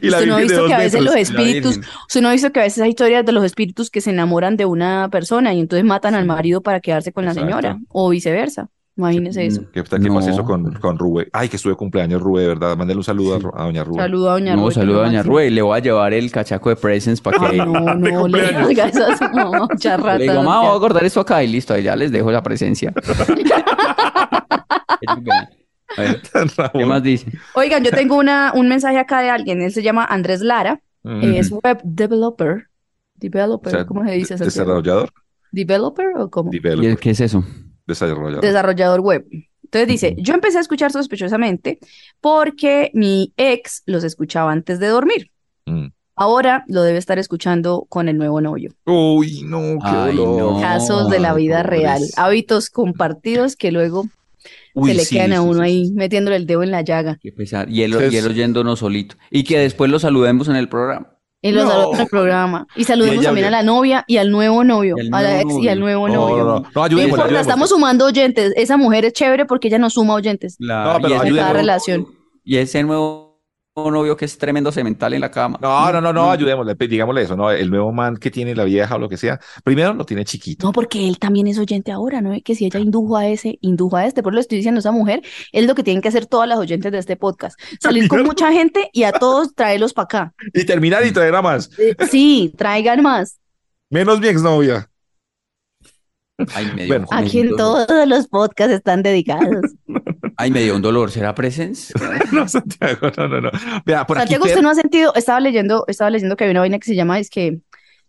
C: Y
D: Usted no
C: Virgen
D: ha
C: de
D: visto
C: dos
D: que a veces
C: metros.
D: los espíritus,
E: Virgen.
D: usted no ha visto que a veces hay historias de los espíritus que se enamoran de una persona y entonces matan al marido para quedarse con la
C: Exacto.
D: señora o viceversa. Imagínese
E: Mm.
D: eso.
C: ¿Qué, qué pasa eso
E: No.
C: con, con Rubé? Ay, que estuve cumpleaños Rubé, de verdad. Mándale un saludo a Ru- a, doña Rubé.
D: Saludo a doña
E: No,
D: Rue, que
E: saludo
D: lo
E: a Doña
D: máximo.
E: Rue, le voy a llevar el cachaco de Presence para
D: Ay,
E: que
D: Ah, no, no, le hagas a su mamá,
E: le
D: mucha
E: digo,
D: rata,
E: mamá,
D: Santiago".
E: voy a cortar esto acá y listo, ahí ya les dejo la presencia. A ver, ¿Qué más dice?
D: Oigan, yo tengo una, un mensaje acá de alguien, él se llama Andrés Lara,
C: Mm.
D: es web developer, developer,
C: O sea,
D: ¿cómo se dice?
C: de-
D: Santiago?
C: Desarrollador.
D: ¿Developer o cómo?
E: ¿Y el-
C: Developer.
E: ¿Qué es eso?
C: Desarrollador.
D: Desarrollador web. Entonces dice, yo empecé a escuchar sospechosamente porque mi ex los escuchaba antes de dormir.
C: Mm.
D: Ahora lo debe estar escuchando con el nuevo novio.
C: Uy, no, qué
E: Ay,
C: dolor.
E: no.
D: Casos de la
C: ay,
D: vida real,
C: pobres.
D: hábitos compartidos que luego
C: Uy,
D: se le
C: sí,
D: quedan a
C: sí,
D: uno
C: sí,
D: ahí
C: sí.
D: metiéndole el dedo en la llaga.
E: Qué pesar. Y él,
C: Es-
E: y él oyéndonos solito. Y que después lo saludemos en el programa.
D: Y los
C: No.
D: saludos al programa. Y
C: Y
D: saludemos
C: ella
D: también a
C: vio.
D: la novia y al nuevo novio,
E: Y al
D: a la
E: nuevo
D: ex y al nuevo
C: No, no, no,
D: novio.
C: no, ayudémosle,
D: No importa,
C: ayudémosle.
D: estamos sumando oyentes. Esa mujer es chévere porque ella nos suma oyentes.
C: No,
E: La-
C: pero
E: y ese
D: ayúdenlo. Cada
E: nuevo-
D: relación.
E: Y ese nuevo novio que es tremendo cemental en la cama. Mm.
C: No, no, no, no, ayudémosle, pe- digámosle eso, ¿no? El nuevo man que tiene la vieja o lo que sea, primero lo tiene chiquito.
D: No, porque él también es oyente ahora, ¿no? Que si ella indujo a ese, indujo a este. Por lo estoy diciendo, esa mujer es lo que tienen que hacer todas las oyentes de este podcast. Salir con mucha gente y a todos traerlos para acá.
C: Y terminar y traer a más.
D: Eh, Sí, traigan más.
C: Menos mi exnovia.
E: Ay, me dio,
C: Bueno.
E: me dio
D: Aquí
E: un
D: en
E: dolor.
D: todos los podcasts están dedicados.
E: Ay, me dio un dolor. ¿Será Presence?
C: No, Santiago, no, no, no. Vea, por
D: Santiago,
C: aquí.
D: usted
C: Fer-
D: no ha sentido, estaba leyendo, estaba leyendo que hay una vaina que se llama, es que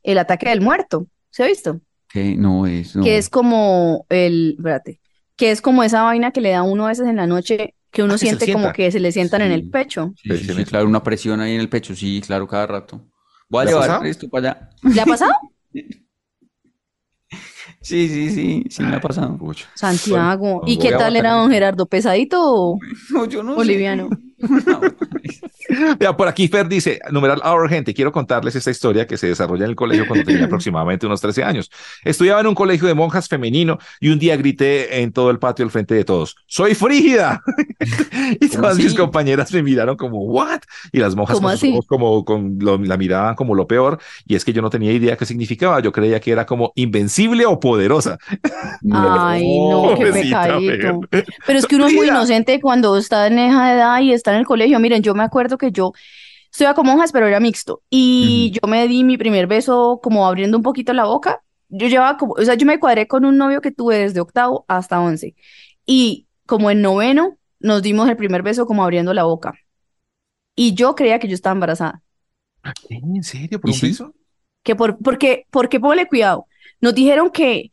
D: el ataque del muerto. ¿Se ha visto?
E: Que no es, no.
D: que es como el, espérate, que es como esa vaina que le da a uno a veces en la noche, que uno
C: Ah, que se le
D: siente como
C: sienta.
D: que se le sientan en el
E: Sí.
D: pecho.
E: Sí, sí, sí, claro, una presión ahí en el pecho, sí, claro, cada rato. Voy a
C: ¿Le ha
E: llevar
C: pasado?
E: esto para allá.
D: ¿Le ha pasado?
E: Sí, sí, sí, sí me ha pasado.
C: Pucha.
D: Santiago.
C: Bueno,
D: ¿Y
C: voy
D: qué
C: a
D: tal
C: bajar.
D: era don Gerardo? ¿Pesadito o
E: No, yo no sé.
D: boliviano?
E: No, pues.
C: Vea, por aquí Fer dice, numeral ahora gente, quiero contarles esta historia que se desarrolla en el colegio cuando tenía aproximadamente unos 13 años. Estudiaba en un colegio de monjas femenino y un día grité en todo el patio al frente de todos, ¡Soy frígida! y
E: ¿Cómo
C: todas mis
E: así?
C: compañeras me miraron como, ¿what? Y las monjas
D: ¿Cómo
C: con sus
D: así?
C: ojos como con lo- la miraban como lo peor y es que yo no tenía idea qué significaba. Yo creía que era como invencible o poderosa.
D: Ay, no, qué
C: Pobrecita,
D: pecadito. Pero es que uno es muy
C: Mira.
D: inocente cuando está en esa edad y está en el colegio. Miren, yo me acuerdo que yo estudiaba con monjas, pero era mixto. Y yo me di mi primer beso como abriendo un poquito la boca. Yo llevaba como, o sea, yo me cuadré con un novio que tuve desde octavo hasta once. Y como en noveno, nos dimos el primer beso como abriendo la boca. Y yo creía que yo estaba embarazada.
C: ¿En serio? ¿Por
E: ¿Y
C: un
E: sí?
C: beso?
D: que por, porque, porque ponle cuidado, nos dijeron que,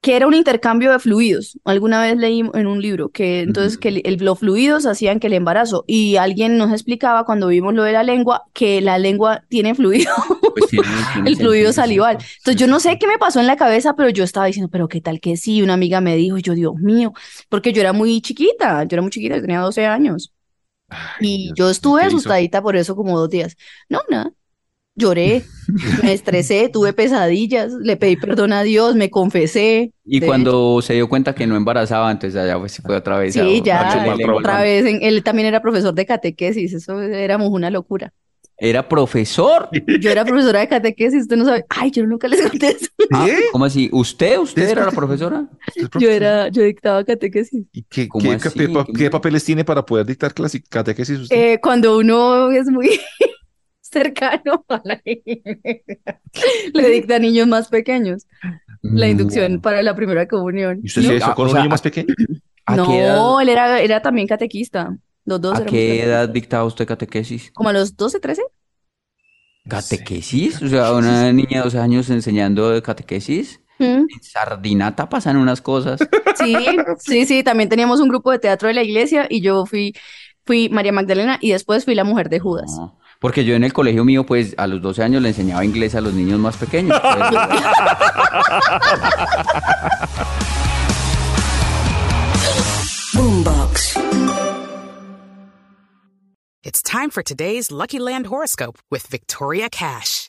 D: que era un intercambio de fluidos. Alguna vez leí en un libro que entonces que el- el- los fluidos hacían que el embarazo y alguien nos explicaba cuando vimos lo de la lengua que la lengua tiene fluido,
E: Pues tiene- tiene
D: el
E: sentido,
D: fluido
E: sí.
D: salival. Entonces yo no sé qué me pasó en la cabeza, pero yo estaba diciendo, pero qué tal que sí, una amiga me dijo, y yo, Dios mío, porque yo era muy chiquita, yo era muy chiquita, yo tenía 12 años. Y
C: Dios
D: yo
C: mío,
D: estuve
C: ¿qué hizo?
D: asustadita por eso como dos días. No, nada. Lloré, me estresé, tuve pesadillas, le pedí perdón a Dios, me confesé.
E: Y
D: De
E: cuando se dio cuenta que no embarazaba, entonces allá pues, se fue otra vez.
D: Sí,
E: a-
D: ya,
E: a chuparle el
D: otra
E: balón.
D: vez, en- él también era profesor de catequesis, eso éramos una locura.
E: Era profesor.
D: Yo era profesora de catequesis, usted no sabe. Ay, yo nunca les conté eso.
E: Ah,
C: ¿Eh?
E: ¿Cómo así? ¿Usted? ¿Usted era la profesora?
D: Yo era, yo dictaba catequesis.
C: ¿Y qué,
E: ¿Cómo
C: qué,
E: así?
C: qué pa-
E: ¿Cómo?
C: qué papeles tiene para poder dictar clasi- catequesis usted?
D: Eh, cuando uno es muy cercano a la le dicta a niños más pequeños la
E: Mm,
D: inducción para la primera comunión.
C: ¿Y usted hacía
E: no,
C: eso
E: ah,
C: con
E: o
C: un
E: sea,
C: niño más pequeño?
E: ¿A
D: No,
E: qué edad,
D: él era, era también catequista. Los dos
E: a
D: éramos
E: qué
D: catequistas.
E: edad dictaba usted catequesis?
D: Como a los 12, 13.
E: ¿Catequesis? O sea, una niña de 12 años enseñando de catequesis.
D: Mm,
E: En Sardinata pasan unas cosas.
D: Sí, sí, sí. También teníamos un grupo de teatro de la iglesia y yo fui, fui María Magdalena y después fui la mujer de Judas.
E: No, porque yo en el colegio mío, pues a los 12 años le enseñaba inglés a los niños más pequeños. pues.
B: Boombox.
I: It's time for today's Lucky Land horoscope with Victoria Cash.